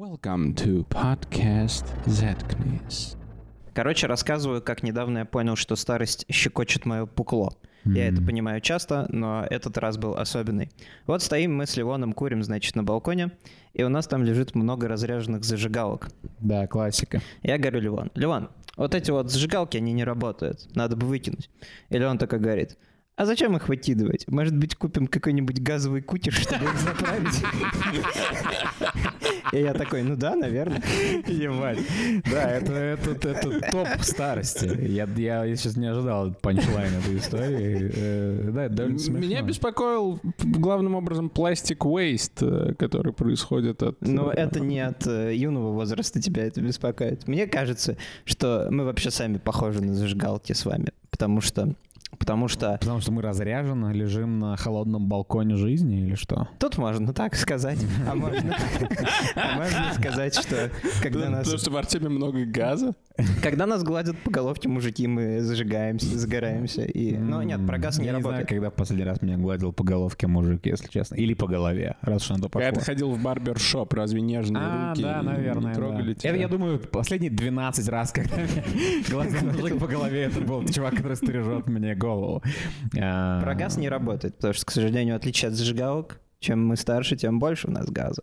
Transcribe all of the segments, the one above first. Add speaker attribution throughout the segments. Speaker 1: Welcome to podcast Zetknis.
Speaker 2: Короче, рассказываю, как недавно я понял, что старость щекочет мое пукло. Я это понимаю часто, но этот раз был особенный. Вот стоим мы с Ливоном, курим, значит, на балконе, и у нас там лежит много разряженных зажигалок.
Speaker 1: Да, классика.
Speaker 2: Я говорю Ливон, Ливон, вот эти вот зажигалки, они не работают, надо бы выкинуть. И Ливон только говорит, а зачем их выкидывать? Может быть, купим какой-нибудь газовый кутер, чтобы их заправить? И я такой, ну да, наверное.
Speaker 1: Ебать. Да, это, это, это топ старости. Я, я, сейчас не ожидал панчлайн этой истории. Э, Да, это довольно смешно.
Speaker 3: Меня беспокоил п- главным образом пластик waste, э, который происходит от...
Speaker 2: Но
Speaker 1: Ну,
Speaker 3: э,
Speaker 2: Ну, это не от э, юного возраста тебя это беспокоит. Мне кажется, что мы вообще сами похожи на зажигалки с вами, потому что, потому что
Speaker 1: Потому что мы разряжены, лежим на холодном балконе жизни или что?
Speaker 2: тут можно так сказать, а можно, а можно сказать, что когда
Speaker 3: Потому
Speaker 2: нас,
Speaker 3: что в Артеме много газа.
Speaker 2: когда нас гладят по головке мужики, мы зажигаемся, загораемся. И... Но нет, про газ не
Speaker 1: Я знаю,
Speaker 2: работает.
Speaker 1: когда в последний раз меня гладил по головке мужик, если честно. Или по голове, раз уж на то
Speaker 3: Когда
Speaker 1: пошло.
Speaker 3: ты ходил в барбершоп, разве нежные
Speaker 1: А,
Speaker 3: руки
Speaker 1: да,
Speaker 3: не
Speaker 1: наверное,
Speaker 3: трогали
Speaker 1: да.
Speaker 3: тебя?
Speaker 1: Это, я думаю, последние 12 раз, когда глаза мужик по голове, это был чувак, который стрижет мне голову. А,
Speaker 2: Про газ не работает, потому что, к сожалению, в отличие от зажигалок, чем мы старше, тем больше у нас газа.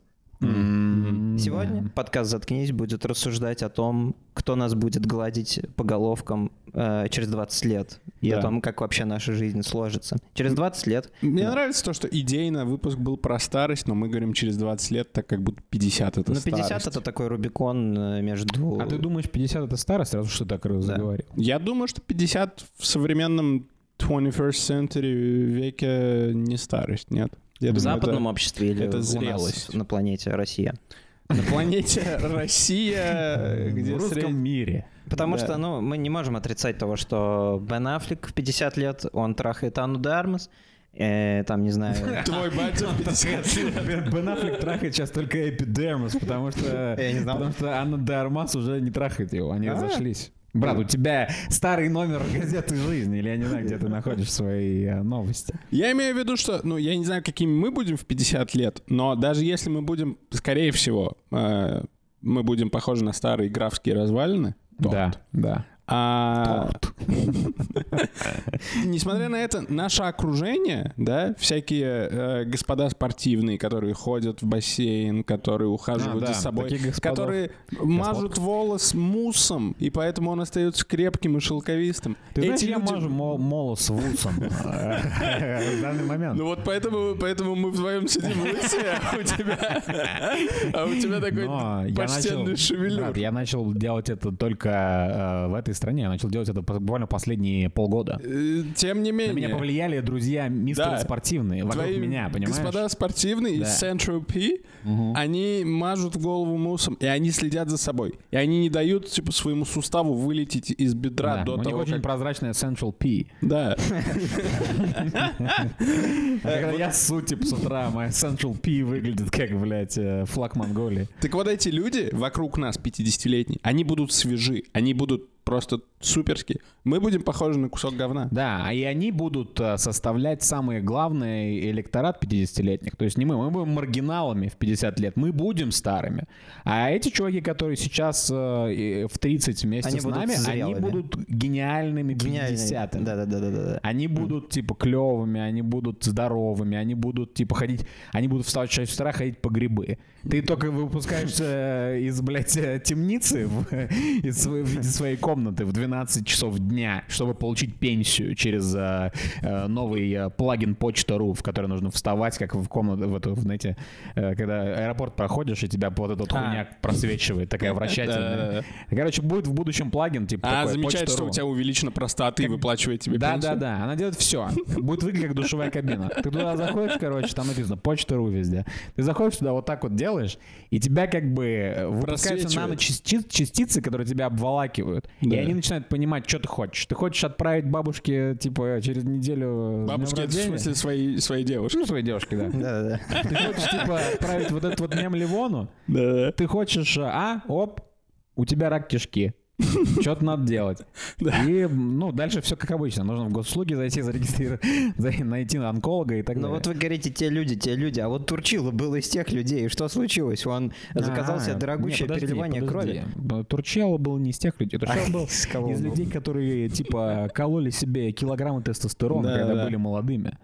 Speaker 1: м,
Speaker 2: Сегодня подкаст «Заткнись» будет рассуждать о том, кто нас будет гладить по головкам э, через 20 лет и
Speaker 3: Да.
Speaker 2: о том, как вообще наша жизнь сложится. Через 20 лет
Speaker 3: Мне
Speaker 2: Да.
Speaker 3: нравится то, что идейно выпуск был про старость, но мы говорим через 20 лет, так как будто 50 это
Speaker 2: ну, 50
Speaker 3: старость.
Speaker 2: это такой рубикон э, между...
Speaker 1: А ты думаешь, 50 это старость, сразу что ты так заговорил?
Speaker 3: Я думаю, что 50 в современном 21st century веке не старость, нет? Я
Speaker 2: в
Speaker 3: думаю,
Speaker 2: западном обществе или
Speaker 3: это
Speaker 2: у нас
Speaker 3: зрелость.
Speaker 2: на планете Россия?
Speaker 3: это на планете
Speaker 2: Э,
Speaker 3: Россия, где
Speaker 1: В русском мире.
Speaker 2: Потому
Speaker 3: Да.
Speaker 2: что, ну, мы не можем отрицать того, что Бен Аффлек в 50 лет, он трахает Анну де Армас, э, там, не знаю...
Speaker 3: средь- твой батя в 50
Speaker 1: Бен Аффлек трахает сейчас только эпидермис, потому что...
Speaker 2: Я не знал.
Speaker 1: Потому что Анна Дармас уже не трахает его, они
Speaker 2: А.
Speaker 1: разошлись. Брат, у тебя старый номер газеты «Жизнь», или я не знаю, где ты находишь свои э, новости.
Speaker 3: Я имею в виду, что, ну, я не знаю, какими мы будем в 50 лет, но даже если мы будем, скорее всего, э, мы будем похожи на старые графские развалины. Торт.
Speaker 1: да.
Speaker 3: А... Несмотря на это, наше окружение, да, всякие э, господа спортивные, которые ходят в бассейн, которые ухаживают
Speaker 1: А, да,
Speaker 3: за собой,
Speaker 1: таких господов.
Speaker 3: которые мажут волос муссом, и поэтому он остается крепким и шелковистым.
Speaker 1: Ты знаешь,
Speaker 3: Эти
Speaker 1: я
Speaker 3: люди-
Speaker 1: мажу мол- моло с вусом э, в данный момент.
Speaker 3: Ну вот поэтому, поэтому мы вдвоем сидим лысые, а у тебя, а у тебя такой
Speaker 1: Но я
Speaker 3: почтенный
Speaker 1: начал-
Speaker 3: шевелюр.
Speaker 1: брат, я начал делать это только э, в этой стране. Я начал делать это по- буквально последние полгода.
Speaker 3: Э, Тем не
Speaker 1: На
Speaker 3: менее.
Speaker 1: меня повлияли друзья мистеры
Speaker 3: Да.
Speaker 1: спортивные вокруг
Speaker 3: Твои
Speaker 1: меня, понимаешь?
Speaker 3: господа спортивные из
Speaker 1: Да.
Speaker 3: Central P,
Speaker 1: Мгм.
Speaker 3: они мажут голову мусом, и они следят за собой. И они не дают типа, своему суставу вылететь из бедра
Speaker 1: Да,
Speaker 3: до
Speaker 1: у них
Speaker 3: того,
Speaker 1: очень
Speaker 3: как...
Speaker 1: прозрачная Central P.
Speaker 3: Да.
Speaker 1: А
Speaker 3: Э,
Speaker 1: когда я ссу, типа, с утра, моя Central P выглядит как, блядь, э, флаг Монголии.
Speaker 3: Так вот эти люди вокруг нас, 50-летние, они будут свежи, они будут просто суперские. Мы будем похожи на кусок говна.
Speaker 1: Да, а и они будут э, составлять самый главный электорат 50-летних. То есть не мы, мы будем маргиналами в 50 лет, мы будем старыми. А эти чуваки, которые сейчас э, и в 30 вместе
Speaker 2: Они
Speaker 1: с
Speaker 2: будут
Speaker 1: нами, они
Speaker 2: зрелыми.
Speaker 1: будут гениальными 50
Speaker 2: Да-да-да-да-да.
Speaker 1: Они будут, типа, клевыми, они будут здоровыми, они будут, типа, ходить, они будут вставать в 6 утра, ходить по грибы. Ты только выпускаешься из, блядь, э, темницы, в- из своей, в виде своей комнаты в 12 часов дня, чтобы получить пенсию через э, э, новый э, плагин Почта.ру, в который нужно вставать, как в комнату, в эту, в, знаете, э, когда аэропорт проходишь, и тебя вот этот
Speaker 3: А.
Speaker 1: хуйня просвечивает, такая вращательная. Короче, будет в будущем плагин, типа,
Speaker 3: А
Speaker 1: такой,
Speaker 3: замечает, что
Speaker 1: «Почта.ру».
Speaker 3: у тебя увеличена простата и выплачивает тебе
Speaker 1: Да,
Speaker 3: пенсию?
Speaker 1: да, да. Она делает все. Будет выглядеть как душевая кабина. Ты туда заходишь, короче, там написано почта.ру везде. Ты заходишь туда, вот так вот делаешь, и тебя как бы э, выпускаются
Speaker 3: Просвечивает.
Speaker 1: наночасти- частицы, которые тебя обволакивают.
Speaker 3: Да.
Speaker 1: И они начинают понимать, что ты хочешь. Ты хочешь отправить бабушке, типа, через неделю. с днём
Speaker 3: Бабушки, это в
Speaker 1: рождения?
Speaker 3: смысле своей, своей девушки.
Speaker 1: Ну, своей девушке, да.
Speaker 2: Да-да-да.
Speaker 1: Ты хочешь, типа, отправить вот этот вот мем Ливону,
Speaker 3: Да.
Speaker 1: ты хочешь, а, оп, у тебя рак кишки. Что-то надо делать. И, ну, дальше все как обычно. Нужно в госуслуги зайти, зарегистрировать, за- найти онколога и так
Speaker 2: Ну
Speaker 1: далее.
Speaker 2: вот вы говорите, те люди, те люди, а вот Турчило был из тех людей. И Что случилось? Он заказал
Speaker 1: А,
Speaker 2: себе
Speaker 1: не,
Speaker 2: дорогущее
Speaker 1: подожди,
Speaker 2: переливание
Speaker 1: подожди.
Speaker 2: крови.
Speaker 1: Б- Турчелло был не из тех людей. Турчелло
Speaker 2: А,
Speaker 1: был
Speaker 2: из кого
Speaker 1: из
Speaker 2: он был?
Speaker 1: людей, которые, типа, кололи себе килограммы тестостерона,
Speaker 3: Да,
Speaker 1: когда
Speaker 3: да.
Speaker 1: были молодыми.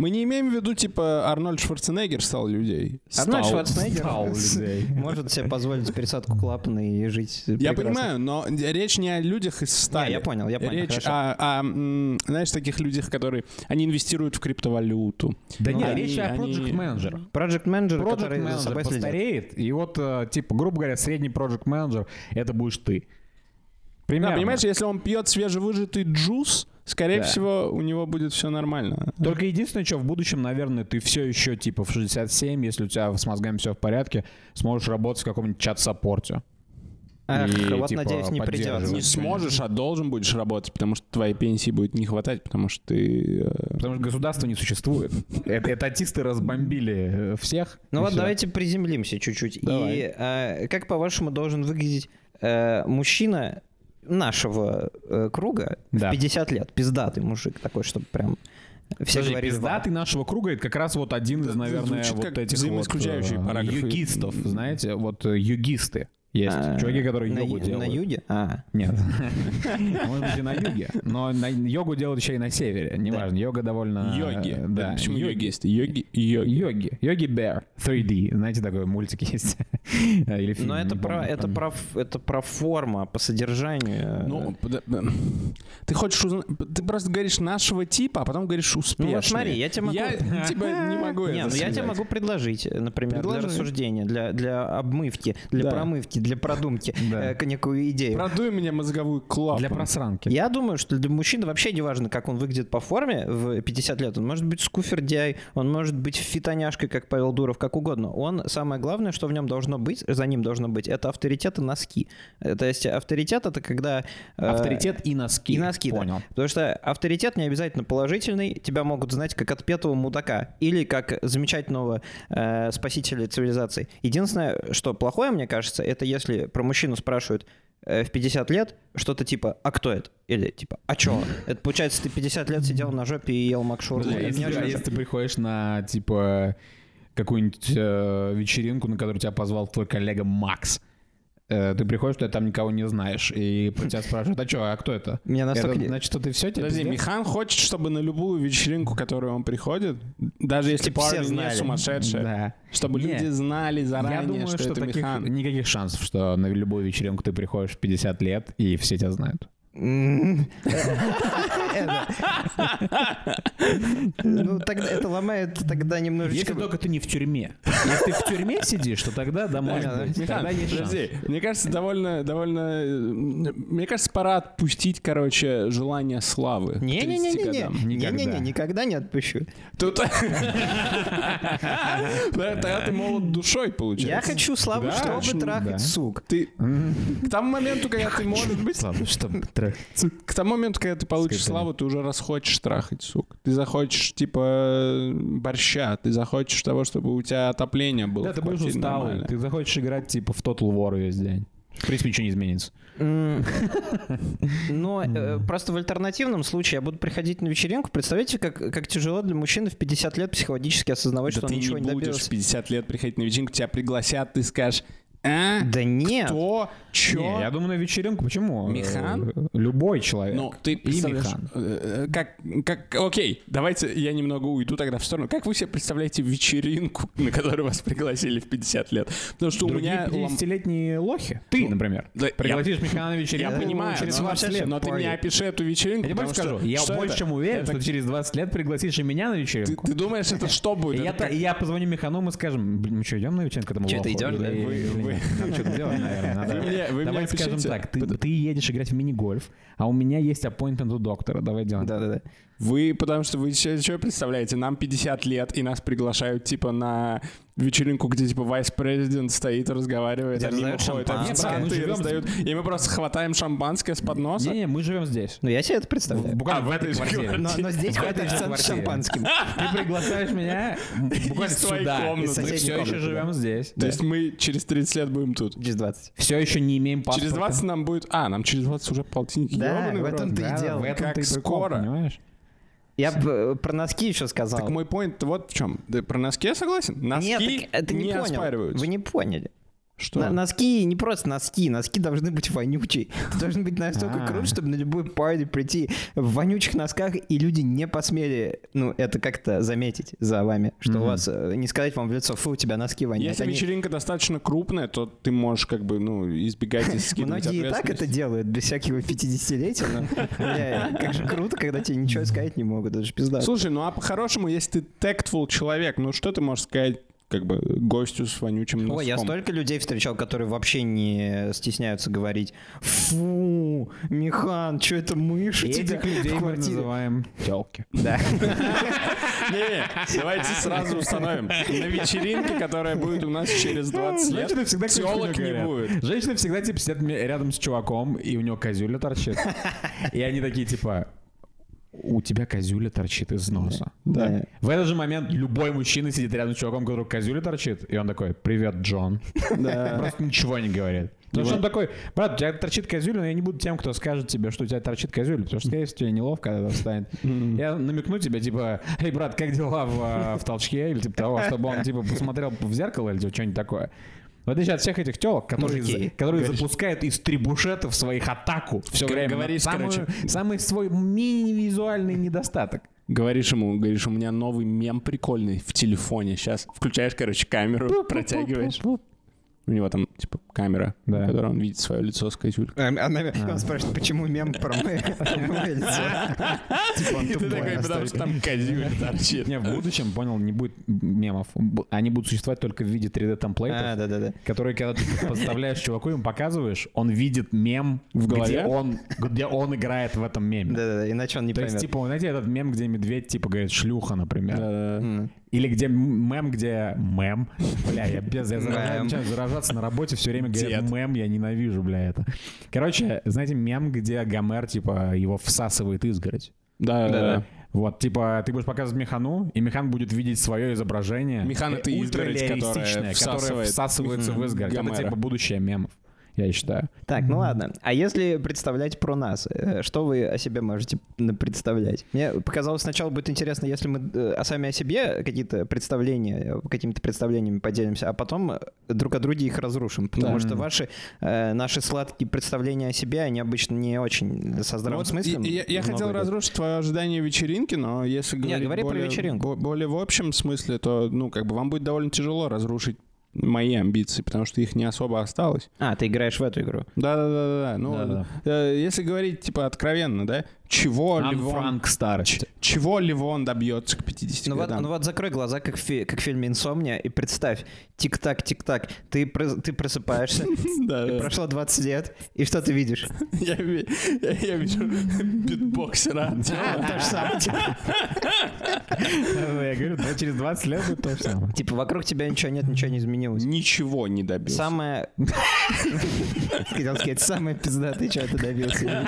Speaker 3: Мы не имеем в виду, типа, Арнольд Шварценеггер стал людей. Стал.
Speaker 2: Арнольд Шварценеггер
Speaker 1: стал людей.
Speaker 2: может себе позволить пересадку клапана и жить
Speaker 3: Я
Speaker 2: прекрасно.
Speaker 3: понимаю, но речь не о людях из стали.
Speaker 2: Не, я понял, я понял,
Speaker 3: Речь
Speaker 2: хорошо.
Speaker 3: о, о, м, знаешь, таких людях, которые, они инвестируют в криптовалюту.
Speaker 1: Да
Speaker 3: Ну,
Speaker 1: нет,
Speaker 3: они-
Speaker 1: речь о
Speaker 3: они-
Speaker 1: project менеджер
Speaker 2: Project менеджер,
Speaker 1: Project
Speaker 2: который за
Speaker 1: менеджер
Speaker 2: собой следит.
Speaker 1: постареет, и вот, э, типа, грубо говоря, средний project менеджер это будешь ты.
Speaker 3: Да,
Speaker 1: Примерно.
Speaker 3: А, понимаешь, если он пьет свежевыжатый джус, скорее
Speaker 1: Да.
Speaker 3: всего, у него будет все нормально.
Speaker 1: Только единственное, что в будущем, наверное, ты все еще, типа, в 67, если у тебя с мозгами все в порядке, сможешь работать в каком-нибудь чат-саппорте.
Speaker 2: Ах,
Speaker 1: И,
Speaker 2: вот,
Speaker 1: типа,
Speaker 2: надеюсь, не придется.
Speaker 1: поддерживать.
Speaker 3: Не
Speaker 1: конечно.
Speaker 3: сможешь, а должен будешь работать, потому что твоей пенсии будет не хватать, потому что ты... э,
Speaker 1: Потому что государство не существует. Это Этатисты разбомбили э, всех.
Speaker 2: Ну
Speaker 1: и
Speaker 2: вот
Speaker 1: всё.
Speaker 2: давайте приземлимся чуть-чуть.
Speaker 3: Давай.
Speaker 2: И э, как, по-вашему, должен выглядеть э, мужчина нашего э, круга
Speaker 1: Да.
Speaker 2: в 50 лет? Пиздатый мужик такой, чтобы прям все
Speaker 1: Подожди,
Speaker 2: говорили... «Вау».
Speaker 1: пиздатый нашего круга, это как раз вот один из,
Speaker 3: Да,
Speaker 1: наверное,
Speaker 3: звучит
Speaker 1: вот
Speaker 3: как
Speaker 1: этих
Speaker 3: взаимоисключающие
Speaker 1: вот, э,
Speaker 3: параграфы.
Speaker 1: югистов, знаете, вот э, югисты есть,
Speaker 2: А,
Speaker 1: чуваки, которые
Speaker 2: на,
Speaker 1: йогу
Speaker 2: ю-
Speaker 1: делают.
Speaker 2: На юге? А.
Speaker 1: Нет. Может быть, и на юге. Но на- йогу делают еще и на севере. Неважно, йога
Speaker 2: А,
Speaker 1: довольно... э,
Speaker 3: Йоги.
Speaker 1: Да,
Speaker 3: Почему
Speaker 1: йоги.
Speaker 3: йоги есть? Йоги, йоги.
Speaker 1: Йоги. Йоги Bear 3D. Знаете, такой мультик есть. Или фильм.
Speaker 2: Но
Speaker 1: не
Speaker 2: это
Speaker 1: помню.
Speaker 2: про, это, про, ф- это про форма, по содержанию.
Speaker 3: Ну, под- э, ты хочешь узнать... Ты просто говоришь нашего типа, а потом говоришь успешный.
Speaker 2: Ну вот смотри, я тебе могу-
Speaker 3: Я типа не могу
Speaker 2: Не,
Speaker 3: это
Speaker 2: ну я тебе
Speaker 3: сказать.
Speaker 2: могу предложить, э, например,
Speaker 3: Предложи.
Speaker 2: для рассуждения, для, для обмывки, для
Speaker 3: Да.
Speaker 2: промывки, для продумки
Speaker 1: Да.
Speaker 2: э, к- некую идею.
Speaker 3: Продуй мне мозговую клапан.
Speaker 1: Для просранки.
Speaker 2: Я думаю, что для мужчины вообще не важно, как он выглядит по форме в 50 лет. Он может быть скуфердяй, он может быть фитоняшкой, как Павел Дуров, как угодно. Он, самое главное, что в нем должно быть, за ним должно быть, это авторитет и носки. Э, То есть авторитет это когда... э,
Speaker 1: Авторитет и носки.
Speaker 2: и носки, да.
Speaker 1: Понял.
Speaker 2: Потому что авторитет не обязательно положительный, тебя могут знать как отпетого мудака или как замечательного э, спасителя цивилизации. Единственное, что плохое, мне кажется, это если про мужчину спрашивают э, в 50 лет что-то типа «А кто это?» или типа «А чё?» Это получается, ты 50 лет сидел на жопе и ел макшурму.
Speaker 1: Подожди,
Speaker 2: Это
Speaker 1: если,
Speaker 2: не очень
Speaker 1: ты- если ты приходишь на, типа, какую-нибудь э, вечеринку, на которую тебя позвал твой коллега Макс, э, ты приходишь, ты там никого не знаешь, и про тебя спрашивают, а что, а кто это?
Speaker 2: Меня настолько
Speaker 1: Это
Speaker 2: не-
Speaker 1: Значит, что ты все тебе
Speaker 3: Подожди,
Speaker 1: пиздец?
Speaker 3: Михан хочет, чтобы на любую вечеринку, в которую он приходит, даже если
Speaker 2: Типа все
Speaker 3: парни не
Speaker 2: знали.
Speaker 3: сумасшедшие,
Speaker 1: Да.
Speaker 3: чтобы
Speaker 1: Не.
Speaker 3: люди знали заранее,
Speaker 1: Я думаю, что,
Speaker 3: что, это
Speaker 1: таких
Speaker 3: Михан.
Speaker 1: никаких шансов, что на любую вечеринку ты приходишь в 50 лет, и все тебя знают.
Speaker 2: М. Ну, тогда это ломает тогда немножечко...
Speaker 1: ты не в тюрьме. Если ты в тюрьме сидишь, то тогда да,
Speaker 2: да.
Speaker 1: может быть.
Speaker 3: Михан,
Speaker 1: Тогда есть шанс.
Speaker 3: подожди, мне кажется, довольно, довольно, э, мне кажется, пора отпустить, короче, желание славы. к 30 годам.
Speaker 2: Не-не-не-не-не.
Speaker 1: Никогда.
Speaker 2: Не-не-не, никогда не отпущу.
Speaker 3: Тут... Да, Тогда ты молод душой,
Speaker 2: Я
Speaker 3: получается.
Speaker 2: хочу славу,
Speaker 1: Да,
Speaker 2: чтобы
Speaker 1: хочу,
Speaker 2: трахать
Speaker 1: да.
Speaker 2: сук.
Speaker 3: Ты... К тому моменту, когда ты, может быть,
Speaker 1: Ладно, что
Speaker 3: к тому моменту, когда ты получишь
Speaker 1: Скажи.
Speaker 3: славу, ты уже расхочешь трахать, сука. Ты захочешь, типа, борща, ты захочешь того, чтобы у тебя отопление было.
Speaker 1: Да, ты
Speaker 3: в
Speaker 1: будешь
Speaker 3: квартире
Speaker 1: усталый.
Speaker 3: нормально.
Speaker 1: Ты захочешь играть типа в Total War весь день. В принципе, ничего не изменится.
Speaker 2: М. Но э, просто в альтернативном случае я буду приходить на вечеринку. Представляете, как, как тяжело для мужчины в 50 лет психологически осознавать,
Speaker 3: Да
Speaker 2: что он
Speaker 3: ты не
Speaker 2: ничего не,
Speaker 3: будешь в
Speaker 2: добился.
Speaker 3: 50 лет приходить на вечеринку, тебя пригласят, ты скажешь, а?
Speaker 2: Да нет.
Speaker 3: Кто? Чё?
Speaker 1: Не, я думаю, на вечеринку. Почему?
Speaker 3: Михан?
Speaker 1: Э, Любой человек.
Speaker 3: Ну, ты представляешь,
Speaker 1: Михан.
Speaker 3: э, э, как, как, окей, давайте я немного уйду тогда в сторону. Как вы себе представляете вечеринку, на которую вас пригласили в 50 лет? Потому что у меня...
Speaker 1: Другие
Speaker 3: лом- Ну,
Speaker 1: 50-летние лохи. Ты, например.
Speaker 3: да, я-
Speaker 1: Пригласишь Михана на вечеринку.
Speaker 3: Я понимаю,
Speaker 2: ну,
Speaker 1: через
Speaker 3: но,
Speaker 1: 20 лет.
Speaker 3: но ты
Speaker 1: Парень.
Speaker 3: мне опиши эту вечеринку.
Speaker 1: Я тебе больше
Speaker 3: потому
Speaker 1: скажу,
Speaker 3: что-
Speaker 1: я
Speaker 3: что
Speaker 1: больше
Speaker 3: это?
Speaker 1: чем уверен,
Speaker 3: Это-
Speaker 1: что через 20 лет пригласишь и меня на
Speaker 3: ты,
Speaker 1: вечеринку.
Speaker 3: ты думаешь, это что будет?
Speaker 1: И я,
Speaker 3: Это
Speaker 1: та- и я позвоню Механу, мы скажем, блин, мы что, идем на вечеринку к этому
Speaker 2: Чё,
Speaker 1: лоху?»
Speaker 2: ты идёшь,
Speaker 1: Или-
Speaker 2: да?
Speaker 1: или-
Speaker 3: Вы-
Speaker 1: или-
Speaker 3: вы-
Speaker 1: Нам что-то делать, наверное, надо.
Speaker 3: Вы мне- вы
Speaker 1: Давай
Speaker 3: мне
Speaker 1: скажем
Speaker 3: пишите.
Speaker 1: так, ты, ты едешь играть в мини-гольф, а у меня есть аппоинтмент у доктора, давай делаем.
Speaker 2: Да-да-да.
Speaker 3: Вы, потому что вы еще, еще представляете, нам 50 лет, и нас приглашают, типа, на вечеринку, где, типа, вайс-президент стоит, разговаривает,
Speaker 2: Где
Speaker 3: а мимо
Speaker 2: раздают
Speaker 3: ходят
Speaker 2: шампанское.
Speaker 1: Не,
Speaker 3: официанты,
Speaker 1: брат,
Speaker 3: и
Speaker 1: мы живем
Speaker 3: раздают, и мы просто хватаем шампанское с подноса.
Speaker 1: Не-не, мы живем здесь.
Speaker 2: Ну, я себе это
Speaker 1: В-
Speaker 2: представляю.
Speaker 1: Буквально
Speaker 3: А,
Speaker 1: в
Speaker 3: в
Speaker 1: этой
Speaker 3: этой же
Speaker 1: квартире.
Speaker 2: Но, но здесь
Speaker 1: В
Speaker 2: хватает
Speaker 1: этой же
Speaker 2: официант с
Speaker 1: квартире.
Speaker 2: шампанским.
Speaker 1: Ты приглашаешь меня м, буквально
Speaker 3: Из твоей
Speaker 1: сюда.
Speaker 3: комнаты.
Speaker 1: Из соседней Мы
Speaker 2: Мы
Speaker 1: все
Speaker 2: комнаты,
Speaker 1: еще
Speaker 2: да.
Speaker 1: живем здесь.
Speaker 3: То есть мы через 30 лет будем тут.
Speaker 2: Через 20.
Speaker 1: Все еще не имеем паспорта.
Speaker 3: Через 20 нам будет... А, нам через 20 уже полтинники.
Speaker 2: Да,
Speaker 3: Ёбаный
Speaker 2: в
Speaker 3: в рот.
Speaker 2: этом-то и
Speaker 1: Да,
Speaker 2: дело.
Speaker 1: В этом
Speaker 3: Как
Speaker 1: ты
Speaker 3: скоро.
Speaker 1: понимаешь?
Speaker 2: Я б, э, про носки еще сказал.
Speaker 3: Так мой point вот в чем. Да, про носки я согласен. Носки
Speaker 2: Нет, так это не,
Speaker 3: не,
Speaker 2: понял.
Speaker 3: оспариваются.
Speaker 2: Вы не поняли.
Speaker 3: Что?
Speaker 2: На- носки не просто носки, носки должны быть вонючие. Ты должен быть настолько
Speaker 1: А.
Speaker 2: крут, чтобы на любую парти прийти в вонючих носках, и люди не посмели, ну, это как-то заметить за вами, что у вас, э, не сказать вам в лицо, фу, у тебя носки воняют.
Speaker 3: Если
Speaker 2: Они-
Speaker 3: вечеринка достаточно крупная, то ты можешь как бы, ну, избегать и скидывать
Speaker 2: Многие и так это
Speaker 3: ответственность.
Speaker 2: делают, без всякого 50-летия. но, бля, Как же круто, когда тебе ничего сказать не могут, это же пизда.
Speaker 3: Слушай, ну а по-хорошему, если ты тактфул человек, ну что ты можешь сказать как бы гостю с вонючим носком?
Speaker 2: Ой, я столько людей встречал, которые вообще не стесняются говорить. Фу, Михан, что это мышь у тебя
Speaker 1: Этих людей
Speaker 2: в
Speaker 1: мы
Speaker 2: квартире?
Speaker 1: называем телки.
Speaker 2: Да.
Speaker 3: Не-не, давайте сразу установим. На вечеринке, которая будет у нас через 20 лет,
Speaker 1: Женщины всегда какую-то
Speaker 3: тёлок
Speaker 1: хуйню
Speaker 3: не
Speaker 1: говорят.
Speaker 3: будет.
Speaker 1: Женщины всегда типа сидят ме- рядом с чуваком, и у него козюля торчит. И они такие типа, у тебя козюля торчит из носа.
Speaker 3: Да.
Speaker 1: В этот же момент любой мужчина сидит рядом с чуваком, у которого козюля торчит, и он такой, привет, Джон. Просто ничего не говорит. Потому что он такой, брат, у тебя торчит козюля, но я не буду тем, кто скажет тебе, что у тебя торчит козюля, потому что, скорее всего, тебе неловко когда встанет. Я намекну тебе, типа, эй, брат, как дела в, э, в толчке, или типа того, чтобы он, типа, посмотрел в зеркало или типа, что-нибудь такое. В отличие от всех этих телок, которые,
Speaker 2: Мужики,
Speaker 1: за- которые запускают из трибушетов своих атаку все
Speaker 3: Кор-
Speaker 1: время. на
Speaker 3: говоришь,
Speaker 1: самую-
Speaker 3: короче.
Speaker 1: Самый свой мини-визуальный недостаток.
Speaker 3: Говоришь ему, говоришь, у меня новый мем прикольный в телефоне. Сейчас включаешь, короче, камеру, протягиваешь. У него там, типа, камера,
Speaker 1: Да.
Speaker 3: в которой он видит свое лицо с козюлькой.
Speaker 2: А, Она, Он спрашивает, почему мем про мэ- мое лицо? Типа он
Speaker 3: Ты
Speaker 2: тупой
Speaker 3: такой, потому что
Speaker 2: настолько.
Speaker 3: там козюль торчит.
Speaker 1: Не, в будущем, понял, не будет мемов. Бу- Они будут существовать только в виде 3D-темплейтов.
Speaker 2: А, да-да-да.
Speaker 1: Который, когда ты подставляешь чуваку, ему показываешь, он видит мем,
Speaker 3: В голове?
Speaker 1: где он, где он играет в этом меме.
Speaker 2: Да-да-да, иначе он не
Speaker 1: То есть,
Speaker 2: поймет.
Speaker 1: типа, вы знаете, этот мем, где медведь, типа, говорит «шлюха», например.
Speaker 3: Да-да-да.
Speaker 2: М.
Speaker 1: Или где м- мем, где мем. Бля, я без я заражаю-
Speaker 2: Мем.
Speaker 1: начинаю заражаться на работе, все время говорят
Speaker 3: Дед.
Speaker 1: мем, я ненавижу, бля, это. Короче, знаете, мем, где Гомер, типа, его всасывает изгородь.
Speaker 3: Да-да-да.
Speaker 1: Вот, типа, ты будешь показывать механу, и механ будет видеть свое изображение.
Speaker 3: Механ — это изгородь, которая
Speaker 1: ультрареалистичное, которое
Speaker 3: всасывает
Speaker 1: всасывается в изгородь. Это
Speaker 3: Гомера.
Speaker 1: типа будущее мемов, я считаю.
Speaker 2: Так, ну ладно. А если представлять про нас, э, что вы о себе можете н- представлять? Мне показалось сначала будет интересно, если мы э, о сами о себе какие-то представления, э, какими-то представлениями поделимся, а потом э, друг о друге их разрушим. Потому
Speaker 1: Да.
Speaker 2: что ваши, э, наши сладкие представления о себе, они обычно не очень со здравым
Speaker 3: Вот
Speaker 2: смыслом.
Speaker 3: Ну, и- и Я, я
Speaker 2: много
Speaker 3: хотел
Speaker 2: идут.
Speaker 3: разрушить твое ожидание вечеринки, но если говорить
Speaker 2: говори про
Speaker 3: более,
Speaker 2: вечеринку.
Speaker 3: бо- более в общем смысле, то ну как бы вам будет довольно тяжело разрушить мои амбиции, потому что их не особо осталось.
Speaker 2: А, ты играешь в эту игру.
Speaker 3: Да-да-да-да. Ну,
Speaker 1: Да-да.
Speaker 3: э, если говорить типа откровенно, да, чего
Speaker 1: Ан
Speaker 3: Ливон,
Speaker 1: Франк Старч.
Speaker 3: чего Ливон добьется к 50
Speaker 2: Ну вот,
Speaker 3: годам?
Speaker 2: ну вот закрой глаза, как в, фи- как в фильме «Инсомния», и представь, тик-так, тик-так, ты, пры- ты просыпаешься,
Speaker 3: Да-да.
Speaker 2: прошло 20 лет, и что ты видишь?
Speaker 3: Я ви- я- я вижу битбоксера.
Speaker 2: То же самое.
Speaker 1: Я говорю, да, через 20 лет будет то же самое.
Speaker 2: Типа вокруг тебя ничего нет, ничего не изменилось.
Speaker 3: Ничего не добился.
Speaker 2: Самое... Хотел сказать, самое пиздатое, чего ты добился.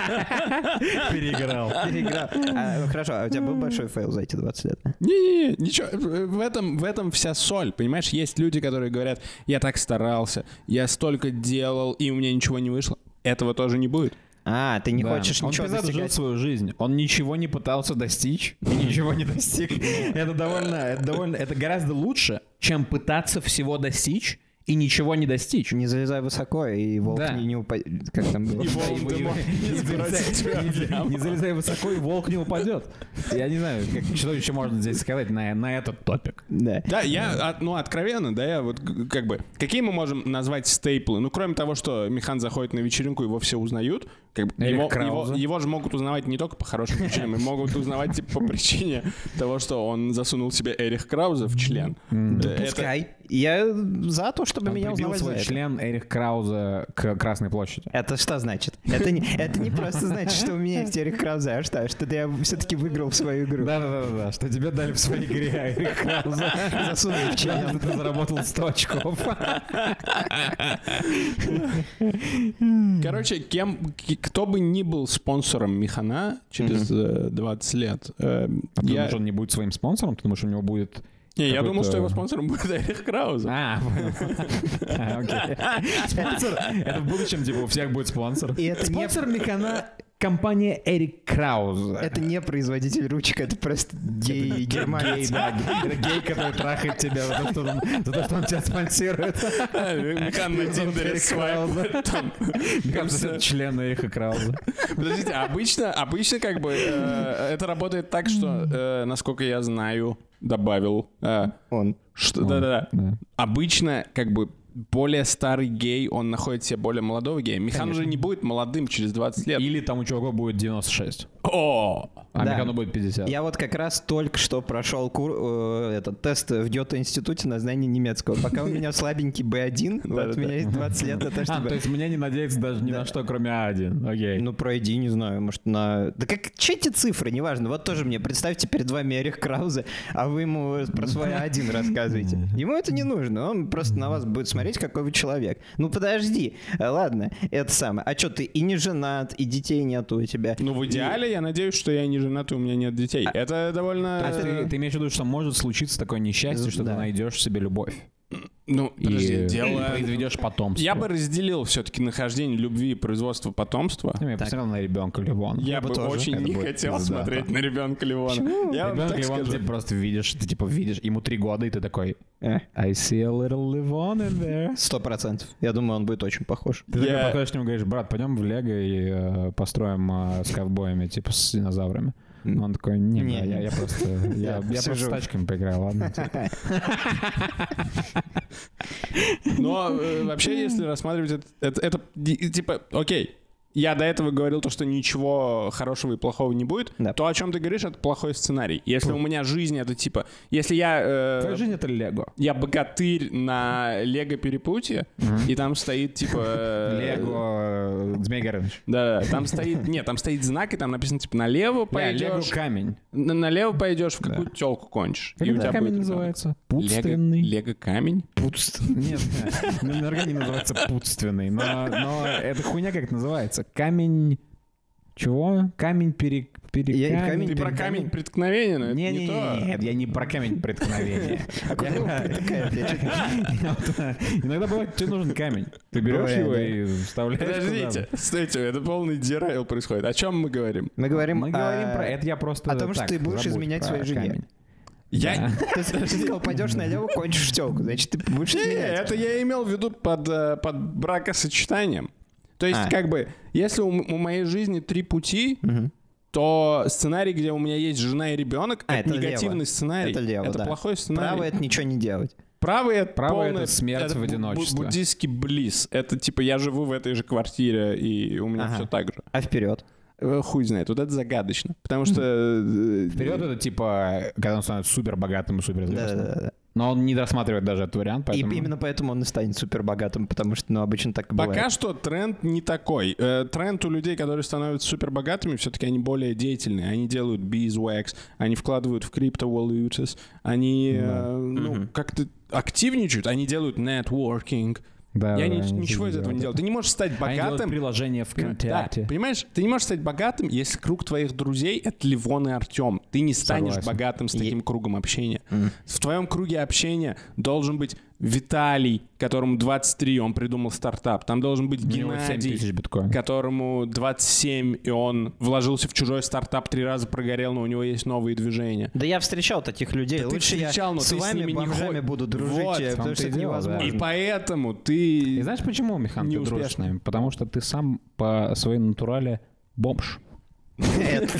Speaker 1: Переиграл.
Speaker 2: Переиграл. А, Хорошо, а у тебя был большой фейл за эти 20 лет?
Speaker 3: Не-не-не, ничего, э, в этом, в этом вся соль, понимаешь? Есть люди, которые говорят, я так старался, я столько делал, и у меня ничего не вышло. Этого тоже не будет.
Speaker 2: А, ты не
Speaker 1: Да.
Speaker 2: хочешь ничего
Speaker 1: Он пиздато жил
Speaker 2: достигать.
Speaker 1: свою жизнь. Он ничего не пытался достичь и ничего не достиг. Это довольно, это довольно, это гораздо лучше, чем пытаться всего достичь и ничего не достичь.
Speaker 2: Не залезай высоко, и волк
Speaker 1: Да.
Speaker 2: не, не упадет. Как там было?
Speaker 3: Волан-де-Морт не сбросит тебя в яму.
Speaker 1: Не залезай высоко, и волк не упадет. Я не знаю, как- что еще можно здесь сказать на, на этот топик.
Speaker 2: Да.
Speaker 3: Да, я, от- ну, откровенно, да, я вот г- как бы... Какие мы можем назвать стейплы? Ну, кроме того, что Михан заходит на вечеринку, его все узнают. Как бы
Speaker 1: Эрих
Speaker 3: его,
Speaker 1: Крауза.
Speaker 3: его- его же могут узнавать не только по хорошим причинам, и могут узнавать типа по причине того, что он засунул себе Эрих Крауза в член. Э, это-
Speaker 2: Пускай. Я за то, чтобы
Speaker 1: Он
Speaker 2: меня
Speaker 1: прибил
Speaker 2: узнавали за
Speaker 1: свой
Speaker 2: это.
Speaker 1: член Эрих Крауза к Красной площади.
Speaker 2: Это что значит? Это не, это не просто значит, что у меня есть Эрик Крауза, а что? Что я все-таки выиграл в свою игру.
Speaker 1: Да-да-да, что тебе дали в своей игре а Эрих Крауза.
Speaker 2: Засунули в
Speaker 1: Да,
Speaker 2: член.
Speaker 1: что ты заработал 100 очков.
Speaker 3: Короче, кем, к- кто бы ни был спонсором Механа через э, 20 лет, э,
Speaker 1: А ты
Speaker 3: я,
Speaker 1: думаешь, он не будет своим спонсором? Ты думаешь, у него будет...
Speaker 3: не, я
Speaker 1: какой-то-
Speaker 3: думал, что его спонсором будет Эрих Крауза.
Speaker 1: А, понял. А, окей. Спонсор? Это в будущем, типа, у всех будет спонсор.
Speaker 2: И это не-
Speaker 1: Спонсор Механа компания Эрик Крауз.
Speaker 2: Это не производитель ручек, это просто гей
Speaker 1: Гей,
Speaker 2: германец.
Speaker 1: да, гей- это гей, который трахает тебя за то, что он, за то, что он тебя спонсирует.
Speaker 3: А, Механ на Тиндере
Speaker 1: Эрик
Speaker 3: свайпает. Там.
Speaker 1: Мне кажется, это член Эриха Крауза.
Speaker 3: Подождите, обычно, обычно как бы э, это работает так, что, э, насколько я знаю, добавил, э,
Speaker 2: Он.
Speaker 3: что, да-да-да,
Speaker 1: да.
Speaker 3: обычно как бы более старый гей, он находит себе более молодого гея. Механ уже не будет молодым через 20 лет.
Speaker 1: Или там у чувака будет 96,
Speaker 3: О!
Speaker 1: а
Speaker 2: Да.
Speaker 1: Механу будет 50.
Speaker 2: Я вот как раз только что прошел кур, э, этот тест в Гёте-институте на знание немецкого. Пока у меня слабенький B1, вот у
Speaker 3: Да-да-да.
Speaker 2: меня есть 20 лет на то,
Speaker 1: А, то
Speaker 2: чтобы...
Speaker 1: есть мне не надеяться даже ни на что, кроме А1. Окей.
Speaker 2: Ну, пройди, не знаю, может, на... Да как, че эти цифры, неважно. Вот тоже мне, представьте, перед вами Эрих Краузе, а вы ему про свой один рассказываете. Ему это не нужно, он просто на вас будет смотреть, какой вы человек. Ну, подожди, э, ладно, это самое. А что, ты и не женат, и детей нету у тебя.
Speaker 3: Ну, в идеале, я надеюсь, что я не женат и у меня нет детей. Это довольно...
Speaker 1: То есть ты, ты имеешь в виду, что может случиться такое несчастье, что
Speaker 2: Да.
Speaker 1: ты найдешь себе любовь
Speaker 3: Ну, подожди,
Speaker 1: и
Speaker 3: дело...
Speaker 1: произведешь потомство.
Speaker 3: Я бы разделил все-таки нахождение любви и производства потомства.
Speaker 1: Ну, Я посмотрел на ребенка Ливона.
Speaker 3: Я
Speaker 2: бы
Speaker 3: бы
Speaker 2: тоже.
Speaker 3: очень
Speaker 1: Это
Speaker 3: не
Speaker 1: будет
Speaker 3: хотел
Speaker 1: пиздато.
Speaker 3: смотреть на ребенка Ливона. Я вам
Speaker 1: Ребенок
Speaker 3: так
Speaker 1: Ливон,
Speaker 3: скажу.
Speaker 1: ты просто видишь, ты типа видишь, ему три года, и ты такой,
Speaker 2: Э,
Speaker 1: I see a little Livon in there.
Speaker 2: Сто процентов. Я думаю, он будет очень похож.
Speaker 1: Ты такой
Speaker 3: Я-
Speaker 1: подходишь к нему и говоришь, брат, пойдем в Лего и э, построим э, с ковбоями, типа с динозаврами. Он такой, не,
Speaker 2: Не,
Speaker 1: бля, я,
Speaker 2: не.
Speaker 1: я просто, я, я просто с
Speaker 2: сижу».
Speaker 1: тачками поиграю, ладно. типа.
Speaker 3: Но э, вообще, если рассматривать это, это, это, ди- типа, окей, я до этого говорил то, что ничего хорошего и плохого не будет.
Speaker 2: Да.
Speaker 3: То, о чем ты говоришь, это плохой сценарий. Если у меня жизнь, это типа, если я э,
Speaker 1: Твоя жизнь — это Лего.
Speaker 3: я богатырь на Лего перепутье, и там стоит типа э,
Speaker 1: Лего э, Змей Горыныч.
Speaker 3: Да, да, там стоит, нет, там стоит знак и там написано типа налево
Speaker 1: Бля, Лего
Speaker 3: пойдешь,
Speaker 1: камень.
Speaker 3: на- налево пойдешь в какую-то телку кончишь.
Speaker 1: Как
Speaker 3: и у
Speaker 1: этот
Speaker 3: тебя
Speaker 1: камень
Speaker 3: будет
Speaker 1: называется?
Speaker 3: ребенок.
Speaker 1: Путственный?
Speaker 3: Лего, Лего камень.
Speaker 1: Нет, ну, наверняка не называется путственный, но, но эта хуйня как это называется? Камень... Чего? Камень пере... пере...
Speaker 2: Я- камень
Speaker 3: Ты про камень преткновения, но это не,
Speaker 1: Не-не-не,
Speaker 3: то.
Speaker 1: я не про камень преткновения. Я вот, э, Иногда бывает, тебе нужен камень. Ты берешь
Speaker 2: Бывает,
Speaker 1: его
Speaker 2: да.
Speaker 1: и вставляешь
Speaker 3: Подождите, стойте, это полный дирайл происходит. О чем мы говорим?
Speaker 2: Мы
Speaker 1: куда
Speaker 2: говорим,
Speaker 1: Мы
Speaker 2: о-
Speaker 1: говорим про... Это я просто
Speaker 2: а, о том, что
Speaker 1: так,
Speaker 2: ты будешь
Speaker 1: забудь
Speaker 2: изменять
Speaker 1: про
Speaker 2: своей жене.
Speaker 1: камень.
Speaker 3: Я...
Speaker 2: Ты ты сказал, пойдешь налево, кончишь телку. Значит, ты будешь
Speaker 3: Не,
Speaker 2: изменять.
Speaker 3: это я имел в виду под, э, под бракосочетанием. То есть,
Speaker 2: А.
Speaker 3: как бы, если у, м- у моей жизни три пути, то сценарий, где у меня есть жена и ребенок,
Speaker 2: А,
Speaker 3: это,
Speaker 2: это
Speaker 3: негативный
Speaker 2: лево.
Speaker 3: сценарий.
Speaker 2: Это лево, да.
Speaker 3: плохой сценарий.
Speaker 2: Право — это ничего не делать.
Speaker 3: Правый это,
Speaker 1: Правый это
Speaker 3: полная-
Speaker 1: смерть в
Speaker 3: бу- бу-
Speaker 1: одиночестве.
Speaker 3: буддийский близ. Это типа я живу в этой же квартире, и у меня
Speaker 2: Ага.
Speaker 3: все так же.
Speaker 2: А вперед.
Speaker 3: Э, Хуй знает, вот это загадочно. Потому что... э,
Speaker 1: Вперед это типа, когда он становится супер богатым и супер
Speaker 2: Да-да-да.
Speaker 1: Но он не досматривает даже этот вариант,
Speaker 2: И
Speaker 1: поэтому...
Speaker 2: именно поэтому он и станет супер богатым, потому что, ну, обычно так и
Speaker 3: Пока
Speaker 2: бывает.
Speaker 3: что тренд не такой. Э, Тренд у людей, которые становятся супербогатыми, все-таки они более деятельные. Они делают beeswax, они вкладывают в криптовалюты, они э, ну, как-то активничают, они делают нетворкинг.
Speaker 1: Да,
Speaker 3: Я
Speaker 1: да,
Speaker 3: ни-
Speaker 1: они
Speaker 3: ничего из
Speaker 1: делают.
Speaker 3: этого не делаю. Ты не можешь стать
Speaker 1: Они делают
Speaker 3: богатым.
Speaker 1: приложение
Speaker 3: Да,
Speaker 1: ВКонтакте.
Speaker 3: понимаешь, ты не можешь стать богатым, если круг твоих друзей это Ливон и Артем. Ты не станешь
Speaker 1: Согласен.
Speaker 3: богатым с таким кругом общения. В твоем круге общения должен быть Виталий, которому 23, он придумал стартап. Там должен быть
Speaker 1: У него 7 тысяч
Speaker 3: Геннадий,
Speaker 1: биткоин.
Speaker 3: которому 27, и он вложился в чужой стартап, три раза прогорел, но у него него есть новые движения.
Speaker 2: Да я встречал таких людей.
Speaker 3: Да ты
Speaker 2: Лучше я
Speaker 3: встречал, но
Speaker 2: с
Speaker 3: ты с
Speaker 2: вами
Speaker 3: ними не
Speaker 2: бомжами
Speaker 3: ходишь.
Speaker 2: буду
Speaker 3: Вот,
Speaker 2: дружить, э,
Speaker 3: в
Speaker 2: потому
Speaker 1: том-то
Speaker 2: что
Speaker 1: и
Speaker 2: это
Speaker 1: дело, да.
Speaker 2: невозможно.
Speaker 3: И
Speaker 1: Правильно.
Speaker 3: поэтому
Speaker 1: И
Speaker 3: ты...
Speaker 1: знаешь, почему, Михан, ты
Speaker 3: Неуспешно.
Speaker 1: дружишь с нами? Потому что ты сам по своей натурале бомж.
Speaker 2: Это-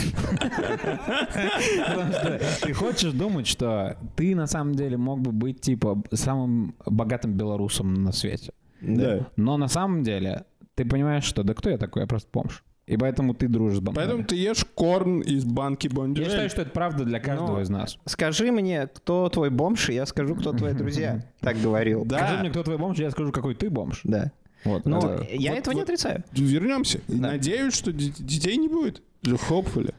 Speaker 1: Потому что ты хочешь думать, что ты на самом деле мог бы быть типа самым богатым белорусом на свете.
Speaker 3: Да.
Speaker 1: Но на самом деле ты понимаешь, что да кто я такой, я просто бомж. И поэтому ты дружишь с банками.
Speaker 3: Поэтому ты ешь корм из банки Бондюэль.
Speaker 1: Я считаю, что это правда для каждого
Speaker 2: Ну,
Speaker 1: из нас.
Speaker 2: Скажи мне, кто твой бомж, и я скажу, кто твои друзья. Так говорил.
Speaker 3: Да.
Speaker 1: Скажи мне, кто твой бомж, я скажу, какой ты бомж.
Speaker 2: Да.
Speaker 1: Вот.
Speaker 2: Ну,
Speaker 1: это-
Speaker 2: я этого не отрицаю.
Speaker 3: Вернемся.
Speaker 2: Да.
Speaker 3: Надеюсь, что ди- детей не будет. Хопфули.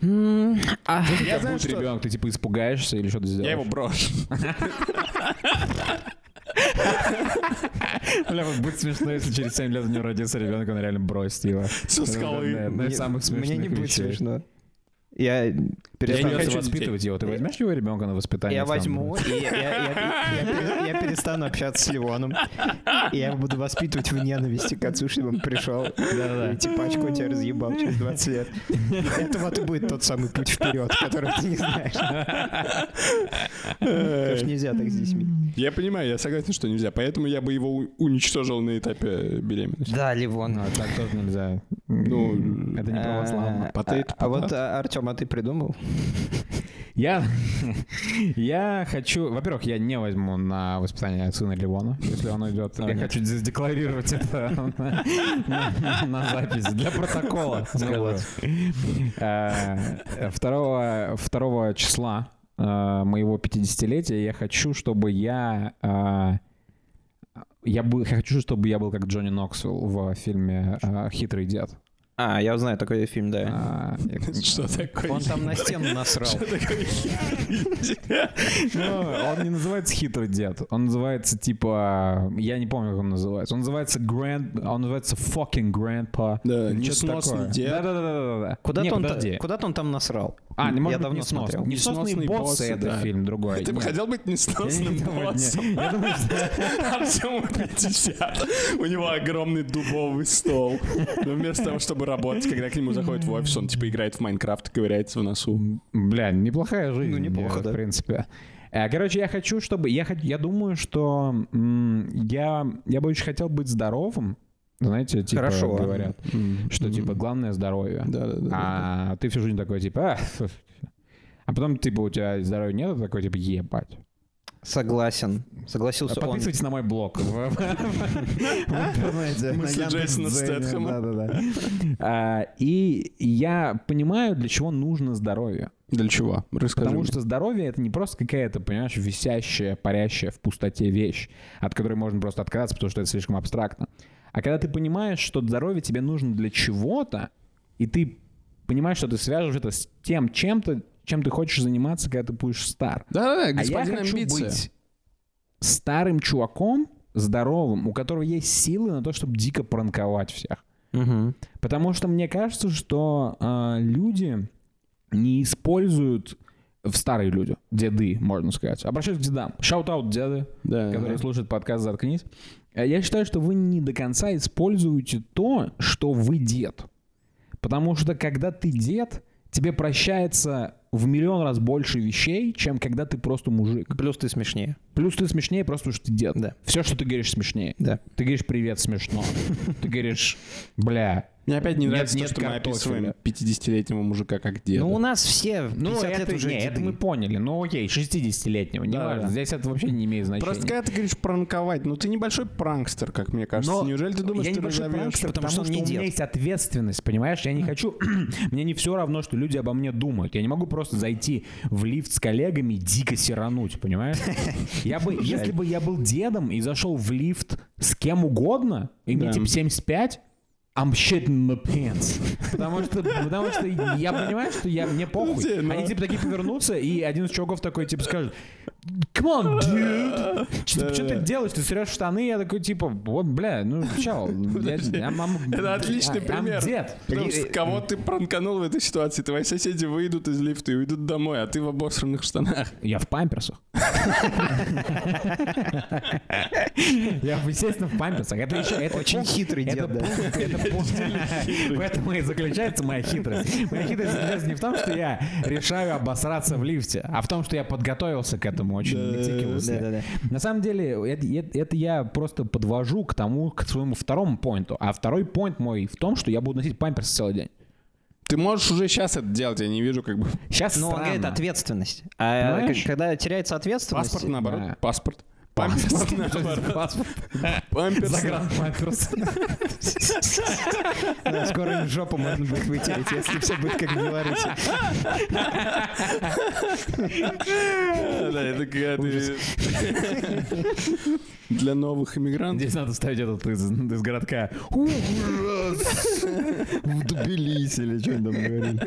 Speaker 1: я
Speaker 3: знаю,
Speaker 1: будет
Speaker 3: что-
Speaker 1: ребенок, ты типа испугаешься или что-то сделаешь.
Speaker 3: Я его брошу.
Speaker 1: Бля, вот будет смешно, если через 7 лет у него родится ребенок, он реально бросит его.
Speaker 3: Со
Speaker 1: Да,
Speaker 3: скалы.
Speaker 1: одна из
Speaker 2: Мне-
Speaker 1: самых смешных
Speaker 2: Мне не будет
Speaker 1: вещей.
Speaker 2: смешно. Я перестану.
Speaker 3: не
Speaker 1: Придется
Speaker 3: хочу
Speaker 1: воспитывать его. Ты возьмешь его ребенка на воспитание?
Speaker 2: Я
Speaker 1: сам?
Speaker 2: возьму, и я, я- я пере- я перестану общаться с Ливоном. И я его буду воспитывать в ненависти к отцу, чтобы он пришел.
Speaker 1: Да-да-да.
Speaker 2: И типа очко тебя разъебал через 20 лет. Это вот и будет тот самый путь вперед, который ты не знаешь. Потому что нельзя так с детьми.
Speaker 3: Я понимаю, я согласен, что нельзя. Поэтому я бы его у- уничтожил на этапе беременности.
Speaker 2: Да, Ливон.
Speaker 1: Ну, а так тоже нельзя.
Speaker 3: Ну,
Speaker 1: Это не православно.
Speaker 2: А
Speaker 3: Potato,
Speaker 2: а вот,
Speaker 3: potato.
Speaker 2: Артем, а ты придумал?
Speaker 1: Я, я хочу... Во-первых, я не возьму на воспитание сына Ливона, если он уйдет. Я хочу здесь декларировать это на, на- на записи. Для протокола. скажу. Э, Второго, второго числа э, моего 50-летия я хочу, чтобы я... э, Я, был, я хочу, чтобы я был как Джонни Ноксвилл в фильме э, «Хитрый дед».
Speaker 2: А, я знаю такой фильм, да.
Speaker 1: Э,
Speaker 3: Что
Speaker 1: А,
Speaker 3: такое?
Speaker 2: Он там на стену насрал.
Speaker 1: Ну, он не называется хитрый дед. Он называется типа... Я не помню, как он называется. Он называется Grand... Он называется fucking grandpa.
Speaker 3: Да,
Speaker 1: Или что-то
Speaker 3: несносный
Speaker 1: такое.
Speaker 3: дед.
Speaker 1: Да-да-да-да.
Speaker 2: Куда-то он,
Speaker 1: подожди.
Speaker 2: куда-то он там насрал.
Speaker 1: А, не
Speaker 2: я
Speaker 1: может быть,
Speaker 2: давно
Speaker 1: несносный.
Speaker 2: смотрел.
Speaker 1: Несносный
Speaker 3: Несносный
Speaker 1: босс —
Speaker 3: боссы,
Speaker 1: это
Speaker 3: да.
Speaker 1: фильм другой.
Speaker 3: Ты бы
Speaker 1: Нет.
Speaker 3: хотел быть
Speaker 1: Я не
Speaker 3: несносным
Speaker 1: думаю,
Speaker 3: боссом?
Speaker 1: нет. Я думаю, что-
Speaker 3: Артему 50. У него огромный дубовый стол. Но вместо того, чтобы работать, когда к нему заходит в офис, он типа играет в Майнкрафт и ковыряется в носу.
Speaker 1: Бля, неплохая жизнь.
Speaker 2: Ну, неплохо,
Speaker 1: э,
Speaker 2: да.
Speaker 1: В принципе. Э, Короче, я хочу, чтобы... Я, хот- я думаю, что м, я, я бы очень хотел быть здоровым. Знаете, типа
Speaker 2: Хорошо.
Speaker 1: говорят, что типа главное здоровье.
Speaker 3: Да-да-да.
Speaker 1: А ты всю жизнь такой, типа, «А, ф- а потом, типа, у тебя здоровья нет, а ты такой, типа, ебать.
Speaker 2: Согласен. Согласился он.
Speaker 1: А Подписывайтесь на мой блог. в- в-
Speaker 3: Мысли Джейсона Стэтхэма.
Speaker 1: А, И я понимаю, для чего нужно здоровье.
Speaker 3: Для чего? Расскажи
Speaker 1: Потому
Speaker 3: мне.
Speaker 1: что здоровье — это не просто какая-то, понимаешь, висящая, парящая в пустоте вещь, от которой можно просто отказаться, потому что это слишком абстрактно. А когда ты понимаешь, что здоровье тебе нужно для чего-то, и ты понимаешь, что ты свяжешь это с тем чем-то, чем ты хочешь заниматься, когда ты будешь стар.
Speaker 3: Да-да-да,
Speaker 1: А я
Speaker 3: господин
Speaker 1: хочу
Speaker 3: амбиция.
Speaker 1: быть старым чуваком, здоровым, у которого есть силы на то, чтобы дико пранковать всех.
Speaker 2: Мгм.
Speaker 1: Потому что мне кажется, что э, люди не используют в старые люди, деды, можно сказать. Обращаюсь к дедам. Шаут-аут, деды,
Speaker 3: Да.
Speaker 1: которые слушают подкаст «Заткнись». Э, Я считаю, что вы не до конца используете то, что вы дед. Потому что когда ты дед, тебе прощается в миллион раз больше вещей, чем когда ты просто мужик.
Speaker 2: Плюс ты смешнее.
Speaker 1: Плюс ты смешнее просто, потому что ты дед.
Speaker 2: Да.
Speaker 1: Все, что ты говоришь, смешнее.
Speaker 2: Да.
Speaker 1: Ты говоришь «привет» смешно. Ты говоришь «бля».
Speaker 3: Мне опять не
Speaker 1: Нет,
Speaker 3: нравится то,
Speaker 1: нет
Speaker 3: что мы
Speaker 1: картофеля.
Speaker 3: описываем 50-летнего мужика как деда.
Speaker 2: Ну, у нас все в 50
Speaker 1: Ну, это,
Speaker 2: лет уже
Speaker 1: не, это
Speaker 2: деды.
Speaker 1: мы поняли. Ну, окей, 60-летнего, не
Speaker 3: Да,
Speaker 1: важно.
Speaker 3: да.
Speaker 1: Здесь это вообще не имеет значения.
Speaker 3: Просто когда ты говоришь пранковать, ну ты небольшой пранкстер, как мне кажется.
Speaker 1: Но
Speaker 3: Неужели ты думаешь,
Speaker 1: я
Speaker 3: ты
Speaker 1: небольшой
Speaker 3: разовьешь?
Speaker 1: пранкстер,
Speaker 2: потому
Speaker 1: потому,
Speaker 2: что
Speaker 1: что,
Speaker 2: он не
Speaker 1: у меня
Speaker 2: дед.
Speaker 1: есть ответственность, понимаешь? Я не хочу... мне не все равно, что люди обо мне думают. Я не могу просто зайти в лифт с коллегами и дико сирануть, понимаешь? Я бы, если бы я был дедом и зашел в лифт с кем угодно, и мне
Speaker 3: Да.
Speaker 1: типа 75, I'm shitting my pants. Потому что, потому что я понимаю, что я, мне похуй.
Speaker 3: Подожди, но-
Speaker 1: Они типа такие повернутся, и один из чуваков такой типа скажет, Come on, dude! Что что ты делаешь? Ты срешь штаны, я такой, типа, вот, бля, ну, чел. я- я мам-
Speaker 3: Это отличный
Speaker 1: я- я
Speaker 3: пример.
Speaker 1: дед.
Speaker 3: Потому что
Speaker 2: Э, э,
Speaker 3: кого ты пранканул в этой ситуации? Твои соседи выйдут из лифта и уйдут домой, а ты в обосранных штанах.
Speaker 1: Я в памперсах. Я, естественно, в памперсах. Это еще... это
Speaker 2: Очень
Speaker 1: пункт-
Speaker 2: хитрый дед,
Speaker 1: это
Speaker 2: да.
Speaker 1: пункт- это пункт. В этом и заключается моя хитрость. Моя хитрость заключается не в том, что я решаю обосраться в лифте, а в том, что я подготовился к этому очень meticulously.
Speaker 2: Да-да-да.
Speaker 1: На самом деле, это, это- это я просто подвожу к тому, к своему второму поинту. А второй поинт мой в том, что я буду носить памперс целый день.
Speaker 3: Ты можешь уже сейчас это делать, я не вижу как бы...
Speaker 1: Сейчас
Speaker 2: Но Ну, он
Speaker 1: странно.
Speaker 2: говорит ответственность. А
Speaker 1: Понимаешь?
Speaker 2: к- когда теряется ответственность...
Speaker 3: Паспорт, наоборот,
Speaker 1: Да.
Speaker 3: паспорт.
Speaker 1: Памперс. Паспорт.
Speaker 3: Памперс.
Speaker 1: Загранпамперс.
Speaker 2: Да, э, Скоро им жопу можно будет вытереть, если все будет как в Беларуси.
Speaker 3: Да, это когда ты- Для новых иммигрантов.
Speaker 1: Здесь надо ставить этот из, из городка. Ужас! В Тбилиси или что они там говорили.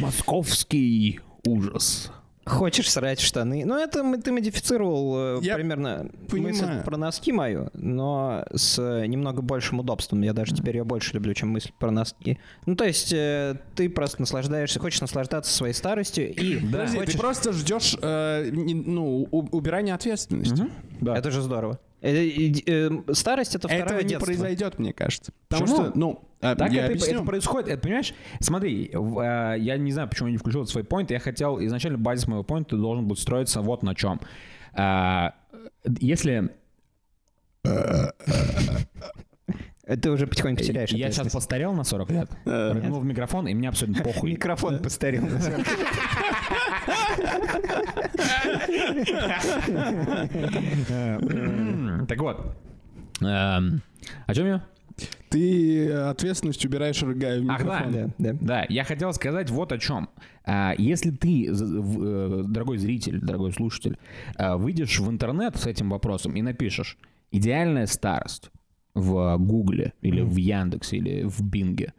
Speaker 1: Московский ужас.
Speaker 2: Хочешь срать в штаны? Ну, это мы- ты модифицировал э,
Speaker 3: Я
Speaker 2: примерно
Speaker 3: понимаю.
Speaker 2: мысль про носки мою, но с э, немного большим удобством. Я даже теперь ее больше люблю, чем мысль про носки. Ну, то есть э, ты просто наслаждаешься, хочешь наслаждаться своей старостью и
Speaker 3: Подожди, ты
Speaker 2: хочешь-
Speaker 3: просто ждешь э, не- ну, у- убирания ответственности. А
Speaker 1: Да.
Speaker 2: Это же здорово. Э, и, э, Старость — это второе
Speaker 3: Этого не
Speaker 2: детство.
Speaker 3: произойдет, мне кажется. Потому
Speaker 1: Почему?
Speaker 3: что, ну, а,
Speaker 1: Так
Speaker 3: я
Speaker 1: это,
Speaker 3: объясню.
Speaker 1: это происходит, это понимаешь? Смотри, в- э, я не знаю, почему я не включил этот свой поинт. Я хотел изначально базис моего поинта должен был строиться вот на чем. А, если
Speaker 2: Э, Ты уже потихоньку теряешь.
Speaker 1: я сейчас
Speaker 2: ответственность.
Speaker 1: постарел на 40 лет, прыгнул в микрофон, и мне абсолютно похуй.
Speaker 2: Э. Микрофон постарел.
Speaker 1: Э, Так вот. Эм, О чем я?
Speaker 3: Ты ответственность убираешь, рыгая в
Speaker 1: Ах,
Speaker 3: микрофон.
Speaker 1: да.
Speaker 2: Да, да.
Speaker 1: Да, я хотел сказать вот о чем. А, Если ты, з- в- э, дорогой зритель, дорогой слушатель, а, выйдешь в интернет с этим вопросом и напишешь «идеальная старость» в Гугле или в Яндексе или в Бинге,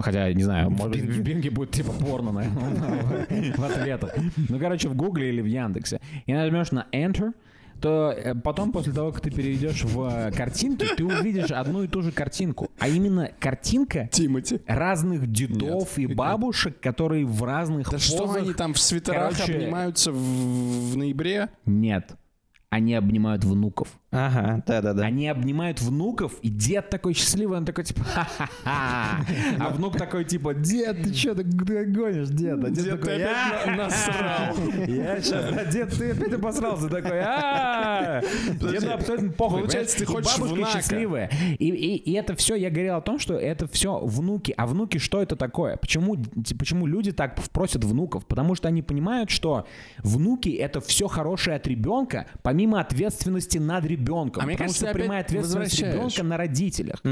Speaker 1: Хотя, не знаю, может быть, в Бинге будет типа порно, наверное, в ответах. Ну, короче, в Гугле или в Яндексе. И нажмешь на Enter, то э, потом, после того, как ты перейдешь в э, картинки, ты увидишь одну и ту же картинку. А именно картинка
Speaker 3: Тимати.
Speaker 1: разных дедов и бабушек, которые в разных
Speaker 3: Да что
Speaker 1: позах-
Speaker 3: они там в свитерах
Speaker 1: Короче-
Speaker 3: обнимаются в, в ноябре?
Speaker 1: Нет. Они обнимают внуков.
Speaker 2: Ага, да-да-да.
Speaker 1: Они обнимают внуков, и дед такой счастливый, он такой типа «Ха-ха-ха». А внук такой типа «Дед, ты что, ты г- гонишь, дед?» А дед,
Speaker 3: Дед,
Speaker 1: такой
Speaker 3: ты опять
Speaker 1: «Я- Я сейчас, дед, ты опять обосрался такой «А-а-а». Деду абсолютно похуй.
Speaker 3: получается, ты
Speaker 1: понимаешь? И
Speaker 3: хочешь
Speaker 1: бабушка
Speaker 3: внака.
Speaker 1: счастливая. И, и, и это все, я говорил о том, что это все внуки. А внуки что это такое? Почему, д- почему люди так просят внуков? Потому что они понимают, что внуки это все хорошее от ребенка, помимо ответственности над ребенком.
Speaker 3: А мне
Speaker 1: потому
Speaker 3: кажется,
Speaker 1: что
Speaker 3: ты опять
Speaker 1: прямая ответственность
Speaker 3: возвращаешь.
Speaker 1: ребенка на родителях.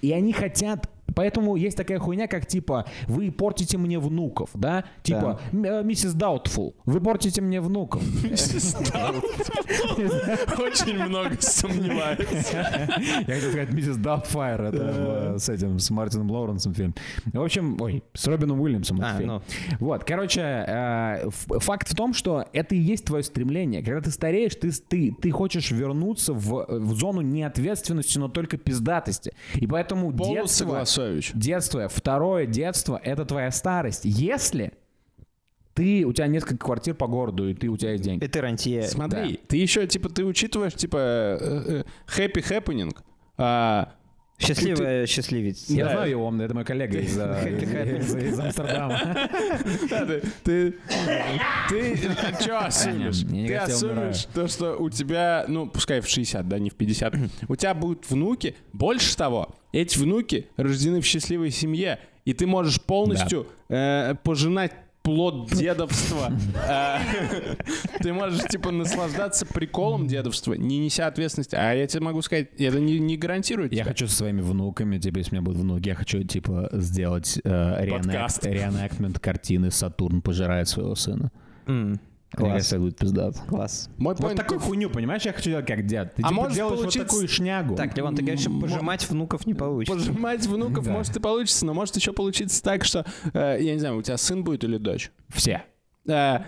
Speaker 1: И они хотят. Поэтому есть такая хуйня, как типа вы портите мне внуков, да? Типа «М- э, миссис Даутфул, вы портите мне внуков.
Speaker 3: Очень много сомневаюсь.
Speaker 1: Я хотел сказать «Миссис Даутфайр», это э, с этим, с Мартином Лоуренсом фильм. В общем, ой, с Робином Уильямсом этот
Speaker 2: А,
Speaker 1: фильм.
Speaker 2: ну.
Speaker 1: Вот, короче, э, ф- факт в том, что это и есть твое стремление. Когда ты стареешь, ты, с- ты, ты хочешь вернуться в, в зону неответственности, но только пиздатости. И поэтому детство,
Speaker 3: Полусогласович.
Speaker 1: детство, второе детство — это твоя старость. Если ты, у тебя несколько квартир по городу, и ты, у тебя есть деньги.
Speaker 2: И ты
Speaker 1: Э,
Speaker 2: рантье.
Speaker 3: Смотри, ты еще, типа, ты учитываешь, типа, э, э, happy happening, а,
Speaker 2: Счастливая счастливец.
Speaker 1: Я знаю его, он- это мой коллега из, э, из- из- из Амстердама.
Speaker 3: Да, ты, ты, ты что осунешь?
Speaker 1: я не
Speaker 3: Ты
Speaker 1: хотел,
Speaker 3: осунешь то, что у тебя, ну, пускай в 60, да, не в 50, у тебя будут внуки. Больше того, эти внуки рождены в счастливой семье, и ты можешь полностью э, пожинать плод дедовства. Э, Ты можешь, типа, наслаждаться приколом дедовства, не неся ответственности. А я тебе могу сказать, это не не гарантирует
Speaker 1: Я
Speaker 3: тебя.
Speaker 1: хочу со своими внуками, типа, если у меня будут внуки, я хочу, типа, сделать э,
Speaker 3: Подкаст.
Speaker 1: реанект- реанектмент картины «Сатурн пожирает своего сына».
Speaker 2: М,
Speaker 1: Мне
Speaker 2: Класс.
Speaker 1: кажется, это будет пиздато.
Speaker 2: Класс.
Speaker 3: Мой
Speaker 1: Вот
Speaker 3: point
Speaker 1: такую хуйню, понимаешь, я хочу делать как дед. Ты
Speaker 3: А
Speaker 1: типа,
Speaker 3: может
Speaker 1: делаешь
Speaker 3: получиться-
Speaker 1: вот такую шнягу.
Speaker 2: Так, Леван, ты говоришь, что пожимать внуков не получится.
Speaker 3: Пожимать внуков
Speaker 1: Да.
Speaker 3: может и получится, но может еще получиться так, что, э, я не знаю, у тебя сын будет или дочь.
Speaker 1: Все.
Speaker 3: Э,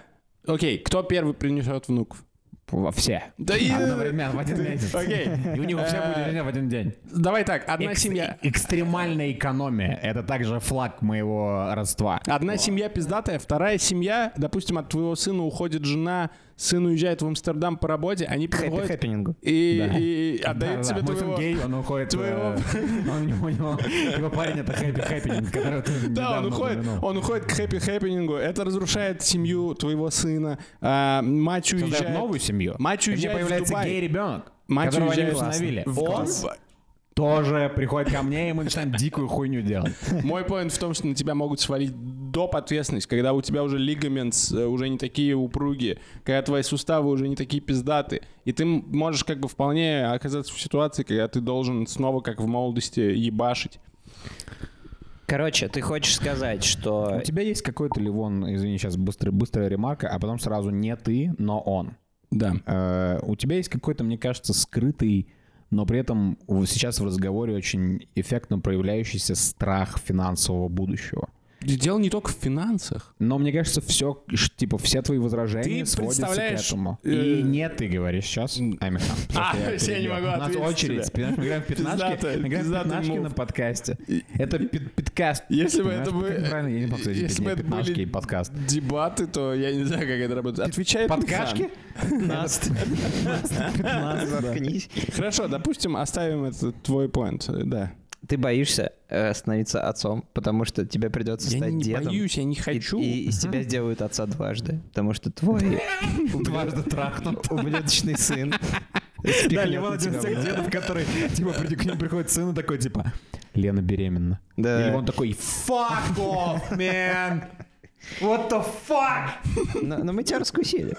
Speaker 3: окей, кто первый принесет внуков?
Speaker 1: Во- Все.
Speaker 3: Да и...
Speaker 1: Одновременно, в один месяц.
Speaker 3: Окей,
Speaker 1: И у него все
Speaker 3: Э,
Speaker 1: будет в один день.
Speaker 3: давай так, одна
Speaker 1: Экс-
Speaker 3: семья...
Speaker 1: Экстремальная экономия. Это также флаг моего родства.
Speaker 3: Одна семья пиздатая, вторая семья, допустим, от твоего сына уходит жена, сын уезжает в Амстердам по работе, они
Speaker 2: Хэппи
Speaker 3: приходят
Speaker 2: хэппинингу.
Speaker 3: и, и отдают
Speaker 1: Да-да-да,
Speaker 3: тебе
Speaker 1: мой сын
Speaker 3: твоего...
Speaker 1: гей, он уходит.
Speaker 3: твоего-
Speaker 1: э, он- у него- Его парень это хэппи хэппининг, который ты
Speaker 3: Да, он
Speaker 1: недавно ну.
Speaker 3: уходит,
Speaker 1: упомянул.
Speaker 3: он уходит к хэппи-хэппинингу. Это разрушает семью твоего сына. А, мать
Speaker 1: Создает
Speaker 3: уезжает...
Speaker 1: новую семью.
Speaker 3: Мать
Speaker 1: И мне
Speaker 3: уезжает в
Speaker 1: появляется
Speaker 3: Дубай.
Speaker 1: гей-ребенок,
Speaker 3: Мать
Speaker 1: которого они
Speaker 3: уезжает-
Speaker 1: установили.
Speaker 3: В
Speaker 1: Он
Speaker 3: класс.
Speaker 1: тоже приходит ко мне, и мы начинаем дикую хуйню делать.
Speaker 3: Мой поинт в том, что на тебя могут свалить доп. ответственность, когда у тебя уже лигамент уже не такие упругие, когда твои суставы уже не такие пиздаты, и ты м- можешь как бы вполне оказаться в ситуации, когда ты должен снова как в молодости ебашить.
Speaker 2: Короче, ты хочешь сказать, что...
Speaker 1: У тебя есть какой-то Ливон, извини, сейчас быстрый, быстрая ремарка, а потом сразу не ты, но он.
Speaker 3: Да.
Speaker 1: Э, У тебя есть какой-то, мне кажется, скрытый, но при этом в- сейчас в разговоре очень эффектно проявляющийся страх финансового будущего.
Speaker 3: Дело не только в финансах.
Speaker 1: Но мне кажется, все, типа, все твои возражения
Speaker 3: Ты
Speaker 1: сводятся
Speaker 3: представляешь,
Speaker 1: к этому.
Speaker 3: э,
Speaker 1: И не ты говоришь сейчас, а Михан.
Speaker 3: А, я не могу
Speaker 1: У нас
Speaker 3: ответить
Speaker 1: очередь.
Speaker 3: тебе.
Speaker 1: Мы играем в
Speaker 3: Пиздатая,
Speaker 1: пятнашки, мы играем в
Speaker 3: пиздатый
Speaker 1: пятнашки
Speaker 3: мув.
Speaker 1: на подкасте. Это пи- подкаст.
Speaker 3: Если бы это
Speaker 1: Понимаешь,
Speaker 3: бы-
Speaker 1: как правильно? Я не могу сказать,
Speaker 3: если бы
Speaker 1: нет,
Speaker 3: это
Speaker 1: пятнашки
Speaker 3: были
Speaker 1: и подкаст.
Speaker 3: Дебаты, то я не знаю, как это работает. Отвечает
Speaker 1: Подкашки?
Speaker 3: Михан.
Speaker 2: Наст, заткнись.
Speaker 3: Хорошо, допустим, оставим этот твой поинт, э, да.
Speaker 2: Ты боишься э, становиться отцом, потому что тебе придется
Speaker 3: Я
Speaker 2: стать
Speaker 3: не
Speaker 2: дедом.
Speaker 3: боюсь, я не
Speaker 2: И,
Speaker 3: хочу.
Speaker 2: и из тебя сделают отца дважды, потому что твой
Speaker 1: Дважды трахнут.
Speaker 2: ублюдочный сын.
Speaker 1: Да,
Speaker 2: спихнет
Speaker 1: Лева
Speaker 2: на
Speaker 1: один
Speaker 2: тебя
Speaker 1: из тех дедов, который, типа, при- к ним приходит сын и такой, типа, Лена беременна.
Speaker 2: Да.
Speaker 1: Или он такой, fuck off, man. What the fuck?
Speaker 2: Но, но мы тебя раскусили.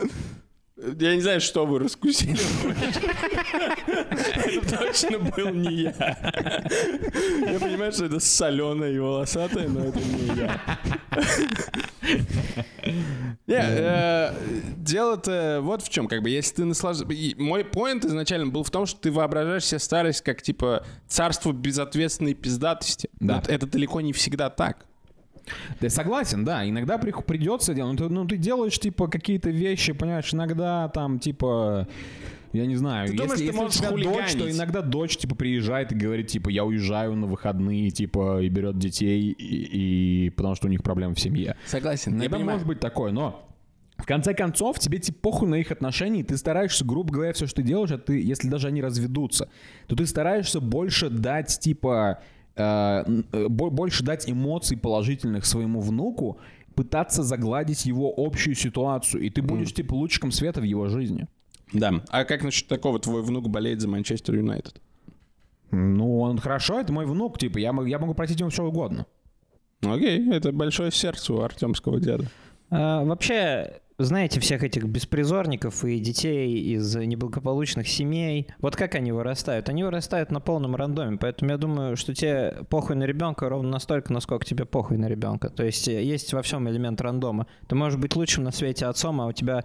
Speaker 3: Я не знаю, что вы раскусили. Это точно был не я. Я понимаю, что это соленое и волосатое, но это не я. Не, э, дело-то вот в чем, как бы, если ты наслаждаешься... Мой поинт изначально был в том, что ты воображаешь себе старость как, типа, царство безответственной пиздатости.
Speaker 1: Да.
Speaker 3: Но Это далеко не всегда так.
Speaker 1: Да, согласен, да, иногда прих- придется делать. Ну ты, ну, ты делаешь, типа, какие-то вещи, понимаешь, иногда там, типа, я не знаю.
Speaker 3: Ты думаешь, ты
Speaker 1: у
Speaker 3: можешь
Speaker 1: тебя дочь,
Speaker 3: хулиганить?
Speaker 1: то иногда дочь, типа, приезжает и говорит, типа, я уезжаю на выходные, типа, и берет детей, и, и потому что у них проблемы в семье.
Speaker 3: Согласен, я
Speaker 1: Иногда
Speaker 3: понимаю.
Speaker 1: может быть такое, но в конце концов, тебе типа похуй на их отношения, и ты стараешься, грубо говоря, все, что ты делаешь, а ты, если даже они разведутся, то ты стараешься больше дать, типа, э, н- э, бо- больше дать эмоций положительных своему внуку, пытаться загладить его общую ситуацию, и ты будешь, типа, лучиком света в его жизни.
Speaker 3: Да. А как насчет такого? Твой внук болеет за Манчестер Юнайтед.
Speaker 1: Ну, он хорошо, это мой внук, типа, я, мо- я могу просить ему что угодно.
Speaker 3: Ну, Окей, это большое сердце у артемского деда.
Speaker 2: А, вообще, знаете всех этих беспризорников и детей из неблагополучных семей? Вот как они вырастают? Они вырастают на полном рандоме, поэтому я думаю, что тебе похуй на ребенка ровно настолько, насколько тебе похуй на ребенка. То есть э, есть во всем элемент рандома. Ты можешь быть лучшим на свете отцом, а у тебя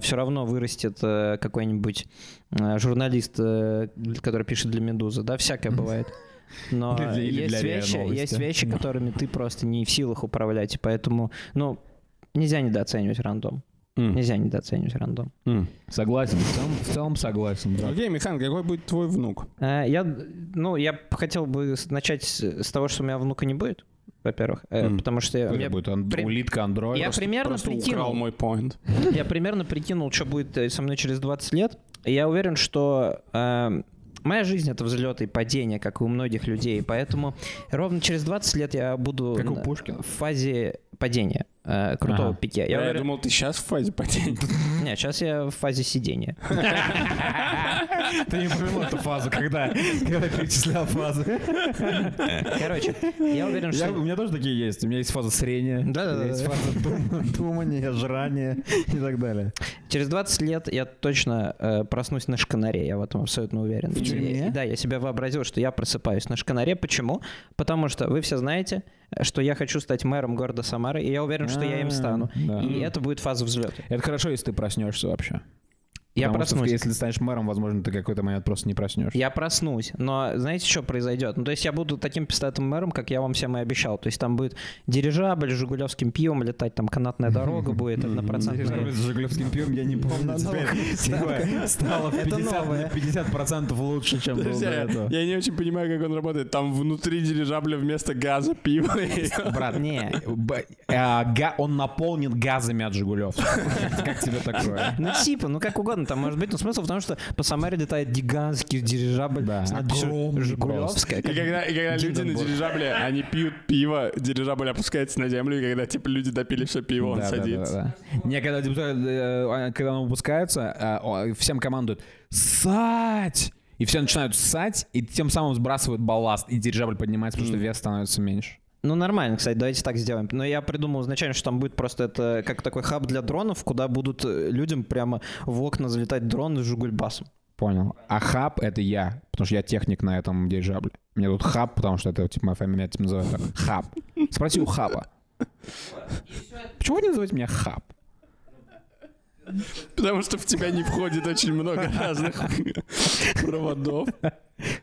Speaker 2: все равно вырастет э, какой-нибудь э, журналист, э, который пишет для Медузы, да, всякое бывает. Но
Speaker 1: Или для- или
Speaker 2: есть,
Speaker 1: для РИА
Speaker 2: вещи,
Speaker 1: Новости.
Speaker 2: есть вещи, которыми ты просто не в силах управлять, и поэтому, ну, нельзя недооценивать рандом.
Speaker 3: Хм.
Speaker 2: Нельзя недооценивать рандом.
Speaker 1: Согласен, в целом, в целом согласен, да.
Speaker 3: Окей, Михан, какой будет твой внук?
Speaker 2: Э, Я, ну, я б хотел бы с- начать с с того, что у меня внука не будет, во-первых, э,
Speaker 3: Мгм.
Speaker 2: потому что я,
Speaker 1: Это
Speaker 2: я-
Speaker 1: будет ан-
Speaker 2: при-
Speaker 1: улитка андроид.
Speaker 2: я примерно
Speaker 3: Просто украл
Speaker 2: прикинул,
Speaker 3: мой поинт.
Speaker 2: я примерно прикинул, что будет э, со мной через 20 лет. И я уверен, что э, моя жизнь это взлеты и падения, как и у многих людей, поэтому ровно через 20 лет я буду
Speaker 1: Как у
Speaker 2: на-
Speaker 1: Пушкина.
Speaker 2: в фазе падения э, крутого
Speaker 1: Ага.
Speaker 2: пике.
Speaker 3: Я,
Speaker 2: уверен-
Speaker 3: думал, ты сейчас в фазе потянет.
Speaker 2: Не, сейчас я в фазе сидения.
Speaker 1: Ты не упомянул эту фазу, когда, когда перечислял фазы.
Speaker 2: Короче, я уверен,
Speaker 1: Я-
Speaker 2: что...
Speaker 1: у меня тоже такие есть. У меня есть фаза срения,
Speaker 2: Да-да-да.
Speaker 1: у меня есть фаза дум- думания, жрания и так далее.
Speaker 2: Через 20 лет я точно э, проснусь на шканаре, я в этом абсолютно уверен. В
Speaker 1: тюрьме?
Speaker 2: да, я себя вообразил, что я просыпаюсь на шканаре. Почему? Потому что вы все знаете, э, что я хочу стать мэром города Самары, и я уверен, что я им
Speaker 1: А,
Speaker 2: стану.
Speaker 1: да.
Speaker 2: И это будет фаза взлета.
Speaker 1: Это хорошо, если ты проснешься вообще.
Speaker 2: Я
Speaker 1: Потому что
Speaker 2: проснусь.
Speaker 1: если ты станешь мэром, возможно, ты какой-то момент просто не проснешься.
Speaker 2: Я проснусь, но знаете, что произойдет? Ну, то есть я буду таким пистолетом мэром, как я вам всем и обещал. То есть там будет дирижабль с жигулевским пивом летать, там канатная дорога будет, однопроцентная
Speaker 1: С Жигулевским пивом я не помню. Теперь Типа, стало в 50 на 50% лучше, чем было до этого.
Speaker 3: Я не очень понимаю, как он работает. Там внутри дирижабля вместо газа пиво.
Speaker 1: Брат,
Speaker 2: Не.
Speaker 1: б- а, га- он наполнен газами от Жигулев. Как тебе такое?
Speaker 2: Ну, типа, ну как угодно там может быть. Но смысл в том, что по Самаре летает гигантский дирижабль
Speaker 1: Да,
Speaker 2: с надписью
Speaker 1: огромный
Speaker 2: «Жигулевская».
Speaker 3: И когда, и когда люди на
Speaker 2: Гинденбург.
Speaker 3: дирижабле, они пьют пиво, дирижабль опускается на землю, и когда типа люди допили все пиво, он
Speaker 1: Да, да, да,
Speaker 3: садится.
Speaker 1: да, да. Не, когда депутат, э, а, когда он выпускается, а, о, всем командуют «Сать!» И все начинают ссать, и тем самым сбрасывают балласт, и дирижабль поднимается, потому что вес становится меньше.
Speaker 2: Ну, нормально, кстати, давайте так сделаем. Но я придумал изначально, что там будет просто это как такой хаб для дронов, куда будут э, людям прямо в окна залетать дроны с жигульбасом.
Speaker 1: Понял. А хаб — это я, потому что я техник на этом дирижабле. Меня тут хаб, потому что это, типа, моя фамилия, типа, называют так. Хаб. Спроси у хаба. Почему вы не называете меня хаб?
Speaker 3: Потому что в тебя не входит очень много разных проводов.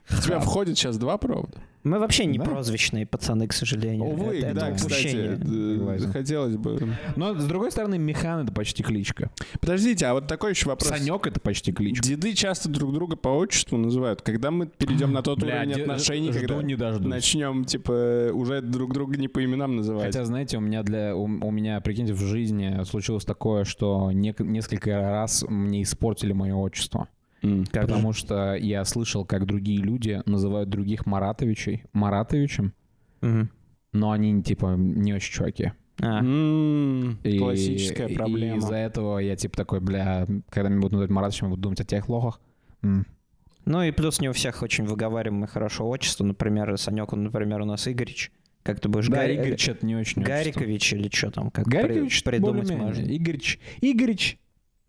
Speaker 3: В тебя входит сейчас два провода.
Speaker 2: Мы вообще не
Speaker 1: Да.
Speaker 2: прозвищные пацаны, к сожалению.
Speaker 3: Увы,
Speaker 2: Это- это
Speaker 3: Ну, да,
Speaker 2: упущение.
Speaker 3: кстати, д-
Speaker 1: Согласен.
Speaker 3: захотелось бы.
Speaker 1: Но, с другой стороны, Механ — это почти кличка.
Speaker 3: Подождите, а вот такой еще вопрос.
Speaker 1: Санек — это почти кличка.
Speaker 3: Деды часто друг друга по отчеству называют. Когда мы перейдем на тот
Speaker 1: Бля,
Speaker 3: уровень
Speaker 1: де-
Speaker 3: отношений,
Speaker 1: жду
Speaker 3: когда
Speaker 1: не дождусь.
Speaker 3: начнем, типа, уже друг друга не по именам называть.
Speaker 1: Хотя, знаете, у меня для у, у меня, прикиньте, в жизни случилось такое, что нек- несколько раз мне испортили мое отчество.
Speaker 3: М.
Speaker 1: потому что я слышал, как другие люди называют других Маратовичей Маратовичем,
Speaker 2: Мгм.
Speaker 1: но они типа не очень чуваки.
Speaker 2: А,
Speaker 3: М,
Speaker 1: И-
Speaker 3: Классическая
Speaker 1: И из-за
Speaker 3: проблема.
Speaker 1: этого я типа такой, бля, когда меня будут называть Маратовичем, я буду думать о тех лохах. М.
Speaker 2: Ну и плюс не у всех очень выговариваемое хорошо отчество. Например, Санек, он, например, у нас Игорич. Как ты будешь
Speaker 1: Да,
Speaker 2: Гарри-
Speaker 1: Игорь это не очень. отчество.
Speaker 2: Гарикович или что там? Как
Speaker 1: Гарикович
Speaker 2: при- придумать
Speaker 1: более-менее.
Speaker 2: можно.
Speaker 1: Игорич. Игорич.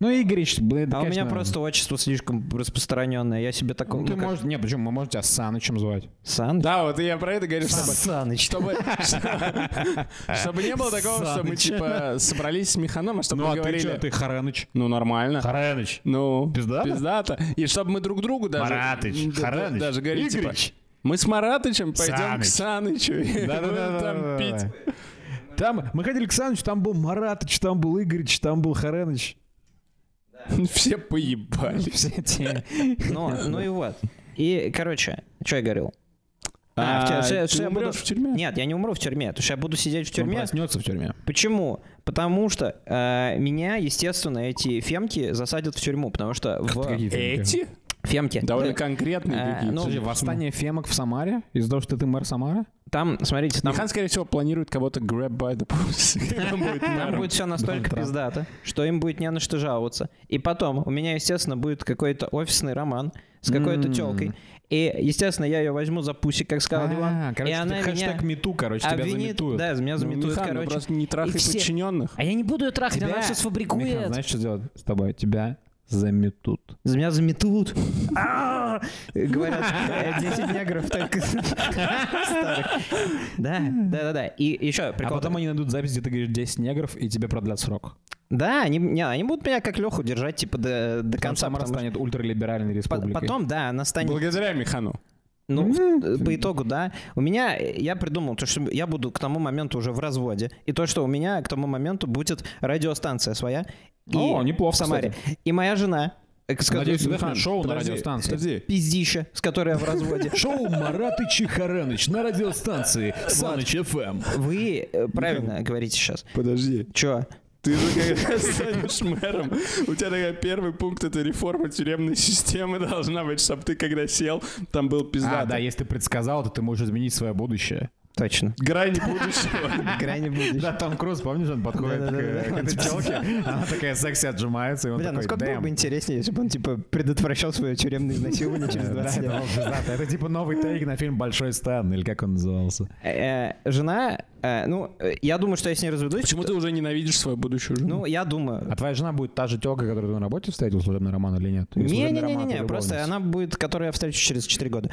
Speaker 1: Ну, Игорич, блин, это,
Speaker 2: А у меня
Speaker 1: конечно,
Speaker 2: просто отчество слишком распространенное. Я себе такой...
Speaker 1: Ну,
Speaker 2: ну,
Speaker 1: ты
Speaker 2: как-
Speaker 1: можешь... Не, почему? Мы можем тебя Санычем звать.
Speaker 2: Саныч?
Speaker 3: Да, вот я про это говорю, чтобы
Speaker 2: Саныч.
Speaker 3: Чтобы, чтобы не было такого, что мы
Speaker 1: Саныч.
Speaker 3: типа собрались с механом, а чтобы мы
Speaker 1: Ну, чё,
Speaker 3: говорили.
Speaker 1: Хараныч?
Speaker 3: Ну нормально.
Speaker 1: Хараныч.
Speaker 3: Ну,
Speaker 1: Пиздато?
Speaker 3: пиздато. И чтобы мы друг другу даже...
Speaker 1: Маратыч,
Speaker 3: Да- да-
Speaker 1: Хараныч,
Speaker 3: Даже говорили, типа,
Speaker 1: Игорич.
Speaker 3: мы с Маратычем пойдем
Speaker 1: Саныч.
Speaker 3: к Санычу и
Speaker 1: Да, да,
Speaker 3: будем
Speaker 1: да,
Speaker 3: там пить.
Speaker 1: Там, мы ходили к Санычу, там был Маратыч, там был Игорич, там был Хараныч.
Speaker 3: Все поебали.
Speaker 1: Все эти...
Speaker 2: Ну, ну и вот. И, короче, что я говорил? А, в те- что я-
Speaker 3: ты
Speaker 2: что я буду-
Speaker 3: умрёшь в тюрьме? Ну,
Speaker 2: Нет, я не умру в тюрьме, потому что я буду сидеть в тюрьме.
Speaker 1: проснется в тюрьме.
Speaker 2: Почему? Потому что э, меня, естественно, эти фемки засадят в тюрьму, потому что в
Speaker 3: Эти?
Speaker 2: фемки
Speaker 3: Довольно
Speaker 2: э,
Speaker 3: конкретные
Speaker 2: А, ну,
Speaker 1: Подожди,
Speaker 3: какие-то.
Speaker 1: восстание фемок в Самаре? Из-за того, что ты мэр Самары?
Speaker 2: там, смотрите, там,
Speaker 3: Механ, скорее всего, планирует кого-то grab by the pussy. когда будет
Speaker 2: там
Speaker 3: мэром.
Speaker 2: будет все настолько
Speaker 1: Трамп.
Speaker 2: пиздато, что им будет не на что жаловаться. И потом у меня, естественно, будет какой-то офисный роман с какой-то
Speaker 1: М.
Speaker 2: телкой. И, естественно, я ее возьму за пусик, как
Speaker 1: А,
Speaker 2: сказал Иван. и она меня
Speaker 1: мету, короче,
Speaker 2: обвинит. Да, меня
Speaker 3: Ну,
Speaker 2: заметуют,
Speaker 3: Механ, ну,
Speaker 2: короче.
Speaker 3: просто не трахай
Speaker 2: И все-
Speaker 3: подчиненных.
Speaker 2: А я не буду ее трахать,
Speaker 1: Тебя-
Speaker 2: она все сфабрикует.
Speaker 1: Михан, знаешь, что сделать с тобой? Тебя заметут. А
Speaker 2: За меня заметут. А! Говорят, э, 10 негров только старых. Да, да, да, да. И еще
Speaker 1: А
Speaker 2: прикол.
Speaker 1: потом они найдут запись, где ты говоришь 10 негров, и тебе продлят срок.
Speaker 2: Да, они, не, они будут меня как Леху держать, типа, до, до
Speaker 1: Конца
Speaker 2: конца.
Speaker 1: Самара
Speaker 2: потому что
Speaker 1: станет ультралиберальной
Speaker 2: по-
Speaker 1: республикой.
Speaker 2: Потом, да, она станет
Speaker 3: Благодаря Механу.
Speaker 2: Ну, в- по итогу, да. У меня, э, я придумал, то, что я буду к тому моменту уже в разводе. И то, что у меня к тому моменту будет радиостанция своя. И
Speaker 1: О, неплохо,
Speaker 2: В Самаре. И моя жена, э, с которой-
Speaker 1: Надеюсь, у тебя
Speaker 3: Механ,
Speaker 1: шоу на
Speaker 3: подожди,
Speaker 1: радиостанции.
Speaker 3: Подожди.
Speaker 2: пиздища, с которой я в разводе.
Speaker 1: Шоу Марат и Чехараныч на радиостанции Саныч ФМ.
Speaker 2: Вы э, правильно говорите сейчас.
Speaker 3: Подожди.
Speaker 2: Че?
Speaker 3: Ты же когда станешь мэром, у тебя такая первый пункт это реформа тюремной системы должна быть, чтобы ты когда сел, там был пизда.
Speaker 1: А, да, если ты предсказал, то ты можешь изменить свое будущее.
Speaker 2: Точно.
Speaker 3: Грань будущего.
Speaker 2: Крайне
Speaker 1: Да, Том Круз, помнишь, он подходит к
Speaker 2: Да-да-да-да.
Speaker 1: э, к этой телке, она такая секси отжимается, и он
Speaker 2: Типа Бля,
Speaker 1: такой,
Speaker 2: насколько было бы
Speaker 1: «Дэм».
Speaker 2: интереснее, если бы он, типа, предотвращал свое тюремное изнасилование через
Speaker 1: Э, Да,
Speaker 2: 20
Speaker 1: это
Speaker 2: лет.
Speaker 1: было пиздато. Это типа новый тейк на фильм «Большой Стан», или как он назывался.
Speaker 2: Э, Жена, э, ну, э, я думаю, что я с ней разведусь.
Speaker 3: Почему ты уже ненавидишь свою будущую жену?
Speaker 2: Ну, я думаю,
Speaker 1: А твоя жена будет та же телка, которую ты на работе встретил, служебный роман или нет? Или служебный роман,
Speaker 2: Не-не-не,
Speaker 1: ты
Speaker 2: просто
Speaker 1: любовница?
Speaker 2: она будет, которую я встречу через 4 года.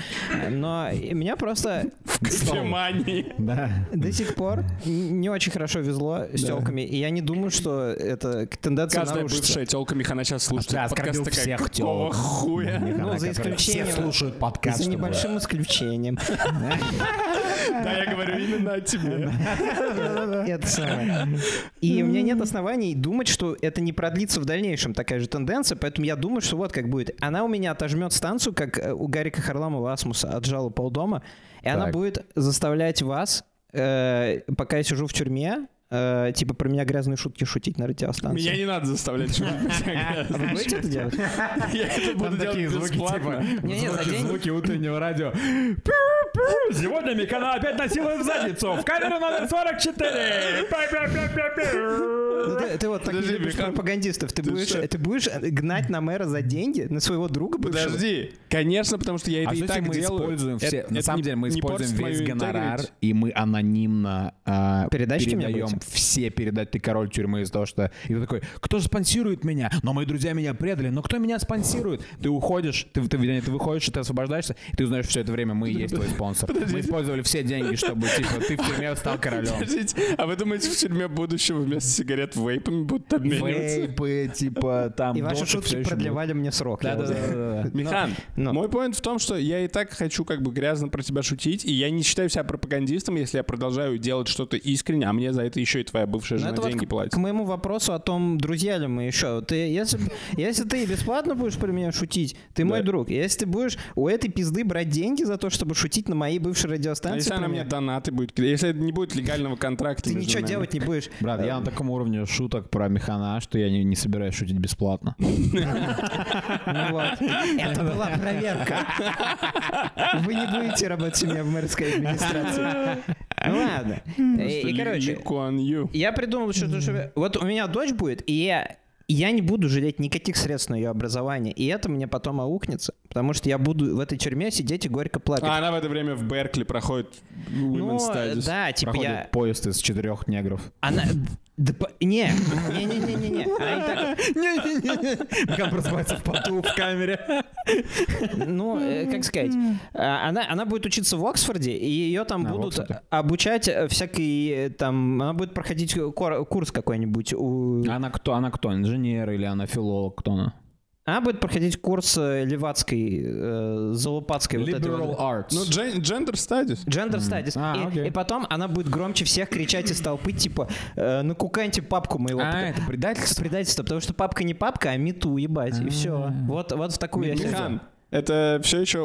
Speaker 2: Но и меня просто
Speaker 3: Кофемании.
Speaker 1: Да.
Speaker 2: до сих пор н- не очень хорошо везло с телками, и я не думаю, что эта к- тенденция
Speaker 3: Каждая
Speaker 2: нарушится.
Speaker 3: бывшая телка Механа сейчас слушает.
Speaker 1: Да,
Speaker 3: подкаст
Speaker 1: оскорбил
Speaker 3: такая,
Speaker 1: всех
Speaker 3: какого
Speaker 1: тёлок.
Speaker 3: хуя?
Speaker 1: Механ,
Speaker 2: Ну, за
Speaker 1: которая-
Speaker 2: исключением-
Speaker 1: Все слушают подкаст.
Speaker 2: За
Speaker 1: чтобы-
Speaker 2: небольшим исключением.
Speaker 3: Да, я говорю именно о тебе.
Speaker 2: Это самое. И у меня нет оснований думать, что это не продлится в дальнейшем такая же тенденция, поэтому я думаю, что вот как будет. Она у меня отожмет станцию, как э, у Гарика Харламова Асмуса отжала полдома, и она
Speaker 1: Так.
Speaker 2: будет заставлять вас, э, пока я сижу в тюрьме, э, типа про меня грязные шутки шутить на радиостанции.
Speaker 3: Меня не надо заставлять. чувак.
Speaker 2: А вы будете это делать?
Speaker 3: Я это буду
Speaker 1: Там
Speaker 3: делать
Speaker 1: такие звуки,
Speaker 3: бесплатно.
Speaker 1: типа,
Speaker 2: Не-не, за
Speaker 1: звуки,
Speaker 2: деньги.
Speaker 1: звуки утреннего радио.
Speaker 4: Пу-пу-пу. Сегодня Микана опять насилует в задницу. В камеру номер 44. Пу-пу-пу-пу-пу.
Speaker 2: Ну, Ты, ты вот так не
Speaker 3: Подожди,
Speaker 2: любишь
Speaker 3: Михан,
Speaker 2: пропагандистов. Ты,
Speaker 3: ты
Speaker 2: будешь,
Speaker 3: что?
Speaker 2: ты будешь гнать на мэра за деньги, на своего друга бывшего?
Speaker 3: Подожди. Конечно, потому что я это
Speaker 1: А
Speaker 3: и
Speaker 1: что, если
Speaker 3: так
Speaker 1: мы
Speaker 3: делаю.
Speaker 1: используем
Speaker 3: Это-
Speaker 1: все...
Speaker 3: это
Speaker 1: на самом
Speaker 3: не-
Speaker 1: деле мы
Speaker 3: не
Speaker 1: используем
Speaker 3: портит
Speaker 1: весь
Speaker 3: мою
Speaker 1: гонорар,
Speaker 3: integrity.
Speaker 1: и мы анонимно а,
Speaker 2: Передачки мне
Speaker 1: передаем
Speaker 2: будете?
Speaker 1: все передачи. Ты король тюрьмы из-за того, что... И ты такой, кто же спонсирует меня? Но мои друзья меня предали. Но кто меня спонсирует? Ты уходишь, ты, ты, вернее, ты выходишь, и ты освобождаешься, и ты узнаешь, все это время мы и есть твой спонсор. Мы использовали все деньги, чтобы, типа, ты в тюрьме стал королем.
Speaker 3: Подождите, а вы думаете, в тюрьме будущего вместо сигарет вейпами будут обмениваться?
Speaker 1: Вейпы, типа, там...
Speaker 2: И ваши
Speaker 1: доши всё
Speaker 2: шутки
Speaker 1: ещё
Speaker 2: продлевали мне срок. я
Speaker 1: будут.
Speaker 2: узнал.
Speaker 1: Да-да-да-да-да.
Speaker 3: Михан,
Speaker 2: но-
Speaker 3: мой поинт в том, что я и так хочу как бы грязно про тебя шутить, и я не считаю себя пропагандистом, если я продолжаю делать что-то искренне, а мне за это еще и твоя бывшая
Speaker 2: Ну,
Speaker 3: жена
Speaker 2: это вот
Speaker 3: деньги
Speaker 2: к-
Speaker 3: платит.
Speaker 2: К моему вопросу о том, друзья ли мы еще. Ты, если, если ты бесплатно будешь про меня шутить, ты мой
Speaker 3: Да.
Speaker 2: друг. Если ты будешь у этой пизды брать деньги за то, чтобы шутить на моей бывшей
Speaker 3: А
Speaker 2: радиостанции,
Speaker 3: если
Speaker 2: про
Speaker 3: она мне
Speaker 2: меня,
Speaker 3: донаты будет, если не будет легального контракта
Speaker 2: ты
Speaker 3: между
Speaker 2: ничего
Speaker 3: нами.
Speaker 2: делать не будешь.
Speaker 1: Брат, я на таком уровне шуток про механа, что я не, не собираюсь шутить бесплатно.
Speaker 2: Ну вот. Это была проверка. Вы не будете работать у меня в мэрской администрации. Ну ладно. И, и,
Speaker 3: Ли-
Speaker 2: короче,
Speaker 3: Ли Куан Ю.
Speaker 2: я придумал что-то, что... Вот у меня дочь будет, и я... Я не буду жалеть никаких средств на ее образование, и это мне потом аукнется, потому что я буду в этой тюрьме сидеть и горько плакать.
Speaker 3: А она в это время в Беркли проходит
Speaker 2: ну,
Speaker 3: Women's Studies.
Speaker 2: да, типа
Speaker 1: Проходит
Speaker 2: я...
Speaker 1: поезд из четырех негров.
Speaker 2: Она... Да, по- не, не, не, не, не, не. Она и так-
Speaker 1: Как просыпается в поту в камере.
Speaker 2: Ну, э, как сказать, а, она, она будет учиться в Оксфорде, и ее там
Speaker 1: А, в
Speaker 2: будут
Speaker 1: Оксфорде.
Speaker 2: обучать э, всякие э, там, она будет проходить кор- курс какой-нибудь. у-
Speaker 1: Она кто? Она кто? Инженер или она филолог? Кто она?
Speaker 2: Она А, будет проходить курс э, левацкой, э, залупацкой. вот этой вот.
Speaker 1: arts.
Speaker 3: Ну, джен- Gender Studies.
Speaker 2: Gender studies.
Speaker 1: А,
Speaker 2: и,
Speaker 1: окей.
Speaker 2: и потом она будет громче всех кричать из толпы, типа, э, накуканьте папку моего.
Speaker 1: а,
Speaker 2: папка».
Speaker 1: это предательство? А.
Speaker 2: Предательство, потому что папка не папка, а мету, ебать, и все. Вот, вот в такую я сижу.
Speaker 3: Михан, это все еще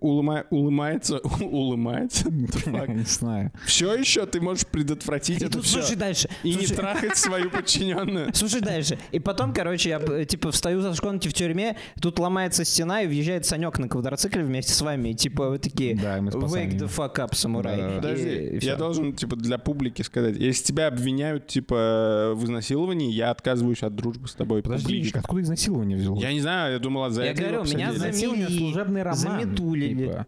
Speaker 3: улымается, улымается.
Speaker 1: Не знаю.
Speaker 3: Все еще ты можешь предотвратить
Speaker 2: И
Speaker 3: это
Speaker 2: тут
Speaker 3: всё.
Speaker 2: слушай дальше.
Speaker 3: И не
Speaker 2: слушай.
Speaker 3: трахать свою подчиненную.
Speaker 2: Слушай дальше. И потом, короче, я э, типа встаю за шконки в тюрьме, тут ломается стена, и въезжает Санек на квадроцикле вместе с вами. И типа вы такие,
Speaker 1: Да, и мы спасаем
Speaker 2: wake
Speaker 1: его».
Speaker 2: the fuck up, самурай. И-
Speaker 1: Да-да-да.
Speaker 3: Подожди,
Speaker 2: А, и всё.
Speaker 3: я должен, типа, для публики сказать, если тебя обвиняют, типа, в изнасиловании, я отказываюсь от дружбы с тобой.
Speaker 1: Подожди,
Speaker 3: публично.
Speaker 1: откуда изнасилование взялось?
Speaker 3: Я не знаю, я думал, а за
Speaker 2: Я
Speaker 3: это
Speaker 2: говорю,
Speaker 3: его
Speaker 2: меня
Speaker 3: посадили.
Speaker 2: за- Изнасилование,
Speaker 1: Заметили,
Speaker 2: служебный роман,
Speaker 1: Заметулили.
Speaker 2: типа.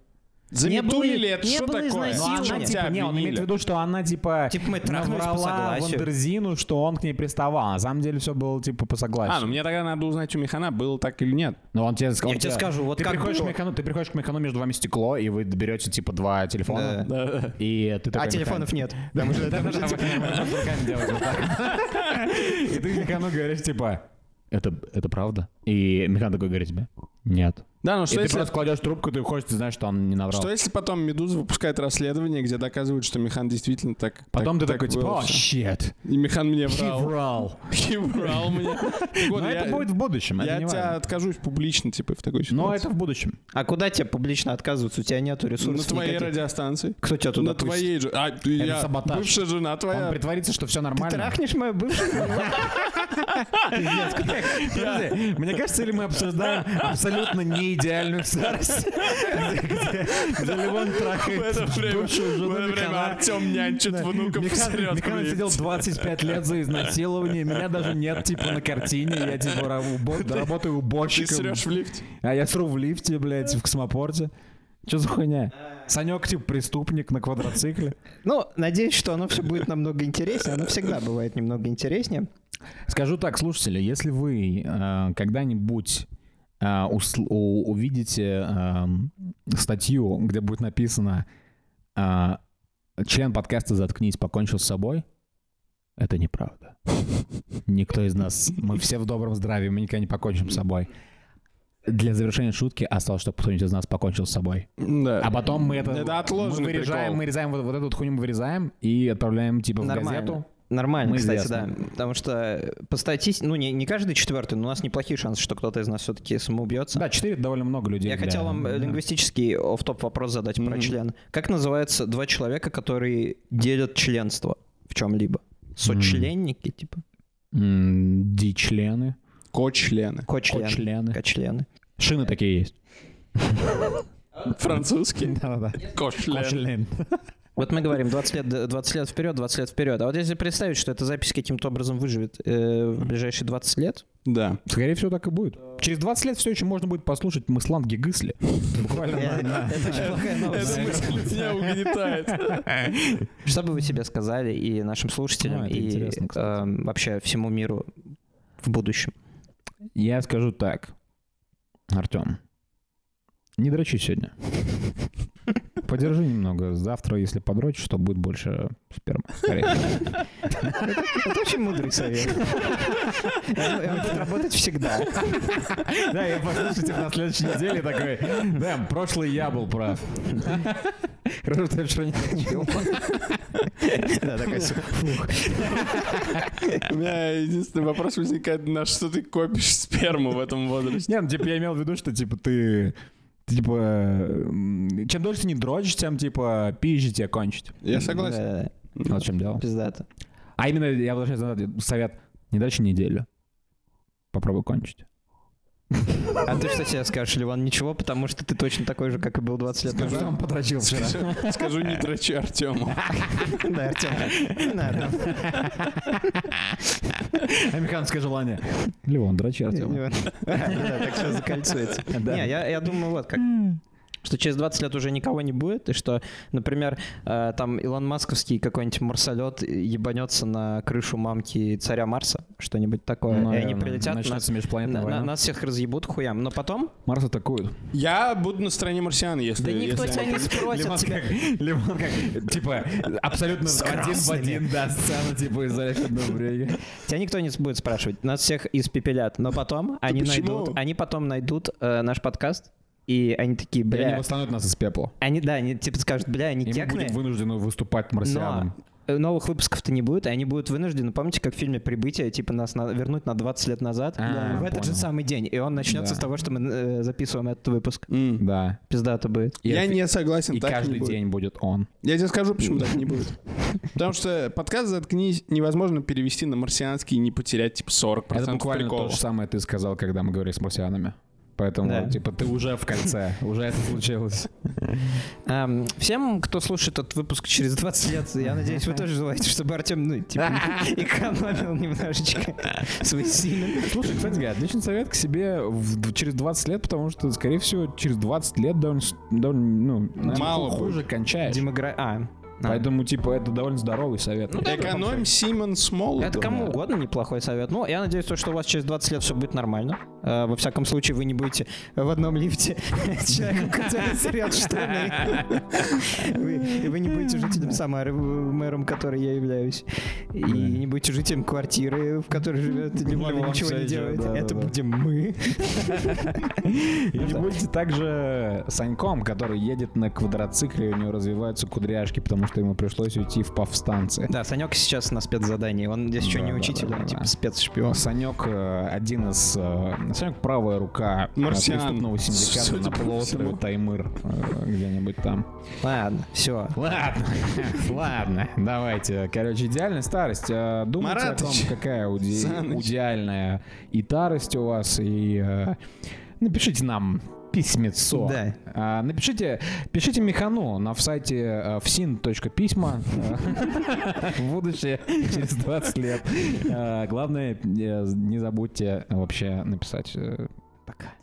Speaker 2: Не
Speaker 3: Заметулили,
Speaker 2: было-
Speaker 3: это
Speaker 2: не
Speaker 3: что
Speaker 2: было
Speaker 3: такое? а
Speaker 1: Ну,
Speaker 2: изнасилования.
Speaker 1: она,
Speaker 2: Силами.
Speaker 1: типа,
Speaker 3: Тебя
Speaker 1: не, он
Speaker 3: обвинили.
Speaker 1: имеет в виду, что она, типа,
Speaker 2: Типа, мы трахнулись по
Speaker 1: наврала
Speaker 2: согласию.
Speaker 1: Вандерзину, что он к ней приставал. На самом деле все было, типа, по согласию.
Speaker 3: А, ну мне тогда надо узнать, у Михана было так или нет.
Speaker 1: Ну, он тебе сказал.
Speaker 2: Я тебе скажу, вот
Speaker 1: ты
Speaker 2: как
Speaker 1: приходишь,
Speaker 2: было.
Speaker 1: к механу, ты приходишь к механу, между вами стекло, и вы берете типа два телефона. И ты такой,
Speaker 2: А телефонов нет.
Speaker 1: Потому что это
Speaker 2: типа,
Speaker 1: нужно руками делать вот так. И ты механу говоришь, типа, это, это правда? И механ такой говорит тебе, нет.
Speaker 3: Да, ну
Speaker 1: И
Speaker 3: что
Speaker 1: ты
Speaker 3: если...
Speaker 1: просто кладешь трубку, ты уходишь, ты знаешь, что он не наврал.
Speaker 3: Что если потом Медуза выпускает расследование, где доказывают, что Михан действительно так...
Speaker 1: Потом
Speaker 3: так-
Speaker 1: ты такой,
Speaker 3: так
Speaker 1: типа,
Speaker 3: было
Speaker 1: о,
Speaker 3: всё».
Speaker 1: щет,
Speaker 3: И Михан мне
Speaker 1: he
Speaker 3: врал.
Speaker 1: врал.
Speaker 3: И врал мне. Так вот,
Speaker 1: Но
Speaker 3: я-
Speaker 1: это будет в будущем, это
Speaker 3: Я
Speaker 1: не
Speaker 3: от тебя
Speaker 1: важно.
Speaker 3: откажусь публично, типа, в такой
Speaker 1: Но
Speaker 3: ситуации.
Speaker 1: это в будущем.
Speaker 2: А куда тебе публично отказываться? У тебя нету
Speaker 3: На
Speaker 2: ресурсов
Speaker 3: твоей
Speaker 2: никаких.
Speaker 3: радиостанции.
Speaker 2: Кто тебя туда
Speaker 3: На твоей же. А, ты-
Speaker 1: Это
Speaker 3: я-
Speaker 1: саботаж.
Speaker 3: Бывшая жена
Speaker 1: Он
Speaker 3: твоя.
Speaker 1: притворится, что все
Speaker 2: пустит? Ты
Speaker 1: нормально.
Speaker 2: трахнешь мою бывшую?
Speaker 1: Подожди, мне кажется, или мы обсуждаем абсолютно не идеальную старость, где- где где Левон
Speaker 3: В это
Speaker 1: трахает
Speaker 3: время,
Speaker 1: бывшую
Speaker 3: в
Speaker 1: жену
Speaker 3: это время
Speaker 1: Михана.
Speaker 3: Артем нянчит
Speaker 1: Да.
Speaker 3: внуков в
Speaker 1: Михан
Speaker 3: средку
Speaker 1: Михан
Speaker 3: времени.
Speaker 1: сидел 25 лет за изнасилование, меня даже нет, типа, на картине, я, типа, ра- убо- работаю
Speaker 3: Ты
Speaker 1: уборщиком,
Speaker 3: срешь в лифте.
Speaker 1: а я сру в лифте, блядь, в космопорте. Че за хуйня? Санек, типа, преступник на квадроцикле.
Speaker 2: Ну, надеюсь, что оно все будет намного интереснее. Оно всегда бывает немного интереснее.
Speaker 1: Скажу так, слушатели, если вы э, когда-нибудь э, усл- у- увидите эм, статью, где будет написано э, «Член подкаста «Заткнись» покончил с собой», это неправда. Никто из нас, мы все в добром здравии, мы никогда не покончим с собой. Для завершения шутки осталось, чтобы кто-нибудь из нас покончил с собой. А
Speaker 3: Да.
Speaker 1: потом мы это,
Speaker 3: Это отложенный
Speaker 1: мы вырежаем,
Speaker 3: прикол.
Speaker 1: мы резаем вот, вот эту вот хуйню, мы вырезаем и отправляем типа в газету.
Speaker 2: Нормально,
Speaker 1: Мы
Speaker 2: кстати,
Speaker 1: известны.
Speaker 2: да. Потому что по статистике, ну, не, не каждый четвертый, но у нас неплохие шансы, что кто-то из нас все-таки самоубьется.
Speaker 1: Да, 4 довольно много людей.
Speaker 2: Я
Speaker 1: для-
Speaker 2: хотел вам э,
Speaker 1: да.
Speaker 2: лингвистический офф топ вопрос задать про член. Как называются два человека, которые делят членство в чем-либо? Сочленники, типа?
Speaker 1: М, Дичлены,
Speaker 3: Кочлены.
Speaker 2: Кочлены.
Speaker 1: кочлены.
Speaker 2: Кочлены.
Speaker 1: Шины такие есть.
Speaker 3: Французский.
Speaker 1: Да-да-да.
Speaker 3: Кошлен.
Speaker 1: Кошлин.
Speaker 2: Вот мы говорим 20 лет, д- 20 лет вперед, 20 лет вперед. А вот если представить, что эта запись каким-то образом выживет э, в ближайшие 20 лет,
Speaker 3: Да.
Speaker 1: Скорее всего, так и будет. Через 20 лет все еще можно будет послушать Мыслан Гигысли. Буквально. на- на-
Speaker 2: это очень плохая новость.
Speaker 3: Меня угнетает.
Speaker 2: Что бы вы себе сказали и нашим слушателям,
Speaker 1: Ну, это
Speaker 2: и
Speaker 1: интересно, кстати.
Speaker 2: эм, вообще всему миру в будущем?
Speaker 1: Я скажу так. Артем, не дрочи сегодня. Подержи немного. Завтра, если подрочишь, то будет больше спермы. скорее всего.
Speaker 2: Это очень мудрый совет. И он- и он будет работать всегда.
Speaker 1: Да, я послушайте на следующей неделе такой, да, прошлый я был прав. Хорошо, что я вчера не дрочил.
Speaker 2: Да, такая су-
Speaker 3: У меня единственный вопрос возникает, на что ты копишь сперму в этом возрасте?
Speaker 1: Не, ну типа я имел в виду, что типа ты ты, типа, м, чем дольше ты не дрочишь, тем, типа, пизже тебя кончить.
Speaker 3: Я
Speaker 2: Да-да-да,
Speaker 1: Вот в чем дело.
Speaker 2: Пиздато.
Speaker 1: А именно, я возвращаюсь назад, совет, не дальше неделю. Попробуй кончить.
Speaker 2: А ты что себе скажешь, Ливан? Ничего, потому что ты точно такой же, как и был 20 лет назад.
Speaker 1: он подрочил вчера.
Speaker 3: Скажу- Скажу, не дрочи Артему.
Speaker 2: Да, Артем. Надо.
Speaker 1: Американское желание. Леон, дрочи Артема.
Speaker 2: Да, так все закольцуется.
Speaker 1: Да.
Speaker 2: Не, я, я думаю, вот как. Что через 20 лет уже никого не будет, и что, например, э, там Илон Масковский какой-нибудь марсолет ебанется на крышу мамки царя Марса, что-нибудь
Speaker 1: Э,
Speaker 2: такое. и они
Speaker 1: Наверное,
Speaker 2: прилетят, нас,
Speaker 1: Начнется межпланетная
Speaker 2: на- на-
Speaker 1: война.
Speaker 2: нас всех разъебут к хуям. Но потом...
Speaker 1: Марс атакуют.
Speaker 3: Я буду на стороне марсиан, если...
Speaker 2: Да никто
Speaker 3: если
Speaker 2: тебя
Speaker 3: они-
Speaker 2: не спросит.
Speaker 1: Лимон
Speaker 2: тебя.
Speaker 1: как, лимон как, типа, абсолютно один в один, да, сцена, типа, из «Арахидного брега».
Speaker 2: Тебя никто не будет спрашивать. Нас всех испепелят. Но потом они
Speaker 3: почему?
Speaker 2: найдут... Они потом найдут э, наш подкаст, и они такие,
Speaker 1: И Они
Speaker 2: бля...
Speaker 1: восстановят нас из пепла.
Speaker 2: Они, да, они типа скажут, бля, они
Speaker 1: И мы
Speaker 2: кекные.
Speaker 1: будем вынуждены выступать
Speaker 2: Но
Speaker 1: марсианам.
Speaker 2: э, новых выпусков-то не будет, и они будут вынуждены, помните, как в фильме «Прибытие», типа нас на- вернуть на 20 лет назад,
Speaker 1: А,
Speaker 2: в этот же
Speaker 1: понял.
Speaker 2: самый день, и он начнется
Speaker 1: Да.
Speaker 2: с того, что мы э, записываем этот выпуск.
Speaker 3: М.
Speaker 1: Да.
Speaker 2: Пиздато будет.
Speaker 1: И
Speaker 3: Я
Speaker 1: офи-
Speaker 3: не согласен,
Speaker 1: И
Speaker 3: так не
Speaker 1: каждый
Speaker 3: будет.
Speaker 1: день будет он.
Speaker 3: Я тебе скажу, почему так не будет. Потому что подкаст «Заткнись» невозможно перевести на марсианский и не потерять, типа, 40%
Speaker 1: Это буквально то
Speaker 3: приколов.
Speaker 1: же самое ты сказал, когда мы говорили с марсианами. Поэтому,
Speaker 2: Да.
Speaker 1: типа, ты уже в конце, уже это случилось.
Speaker 2: Ам, Эм, всем, кто слушает этот выпуск через 20 лет, я надеюсь, вы тоже желаете, чтобы Артем, ну, типа, экономил немножечко свои силы.
Speaker 1: Слушай, кстати, говоря, отличный совет к себе в- д- через 20 лет, потому что, скорее всего, через 20 лет довольно, с- довольно, ну, наверное,
Speaker 3: Мало
Speaker 1: хуже кончаешь.
Speaker 2: Демогра... А, а.
Speaker 1: Поэтому, типа, это довольно здоровый совет.
Speaker 3: Ну Экономь Симон Смол.
Speaker 2: Это кому угодно неплохой совет. Ну, я надеюсь, то, что у вас через 20 лет все будет нормально. Э, Во всяком случае, вы не будете в одном лифте с человеком, который срет штаны. Вы- И вы не будете жителем Самары, вы- мэром которой я являюсь. И не будете жителем квартиры, в которой живет Ливан и
Speaker 1: Ливан
Speaker 2: ничего не
Speaker 1: Шейджи,
Speaker 2: делает.
Speaker 1: да,
Speaker 2: Это
Speaker 1: да, да.
Speaker 2: будем мы.
Speaker 3: Ну
Speaker 1: И не будьте также Саньком, который едет на квадроцикле, и у него развиваются кудряшки, потому что ему пришлось уйти в повстанцы.
Speaker 2: Да, Санек сейчас на спецзадании. Он здесь еще
Speaker 1: Да,
Speaker 2: не
Speaker 1: да,
Speaker 2: учитель,
Speaker 1: да,
Speaker 2: он
Speaker 1: да.
Speaker 2: типа спецшпион.
Speaker 1: Санек э, один из... э, Санек правая рука э,
Speaker 3: Марсиан.
Speaker 1: преступного
Speaker 3: Судя
Speaker 1: синдиката на
Speaker 3: по
Speaker 1: полуострове
Speaker 3: всему.
Speaker 1: Таймыр э, где-нибудь там.
Speaker 2: Ладно, все.
Speaker 1: Ладно, ладно, давайте. Короче, идеальная старость. А, Думайте о том,
Speaker 3: Маратыч,
Speaker 1: какая уди-
Speaker 3: Саныч.
Speaker 1: идеальная и тарость у вас, и э, напишите нам письмецо.
Speaker 2: Да.
Speaker 1: А, Напишите, пишите механу на в сайте э, vsin.письма. Э, В будущее, через 20 лет. Э, Главное, э, не забудьте вообще написать э, пока.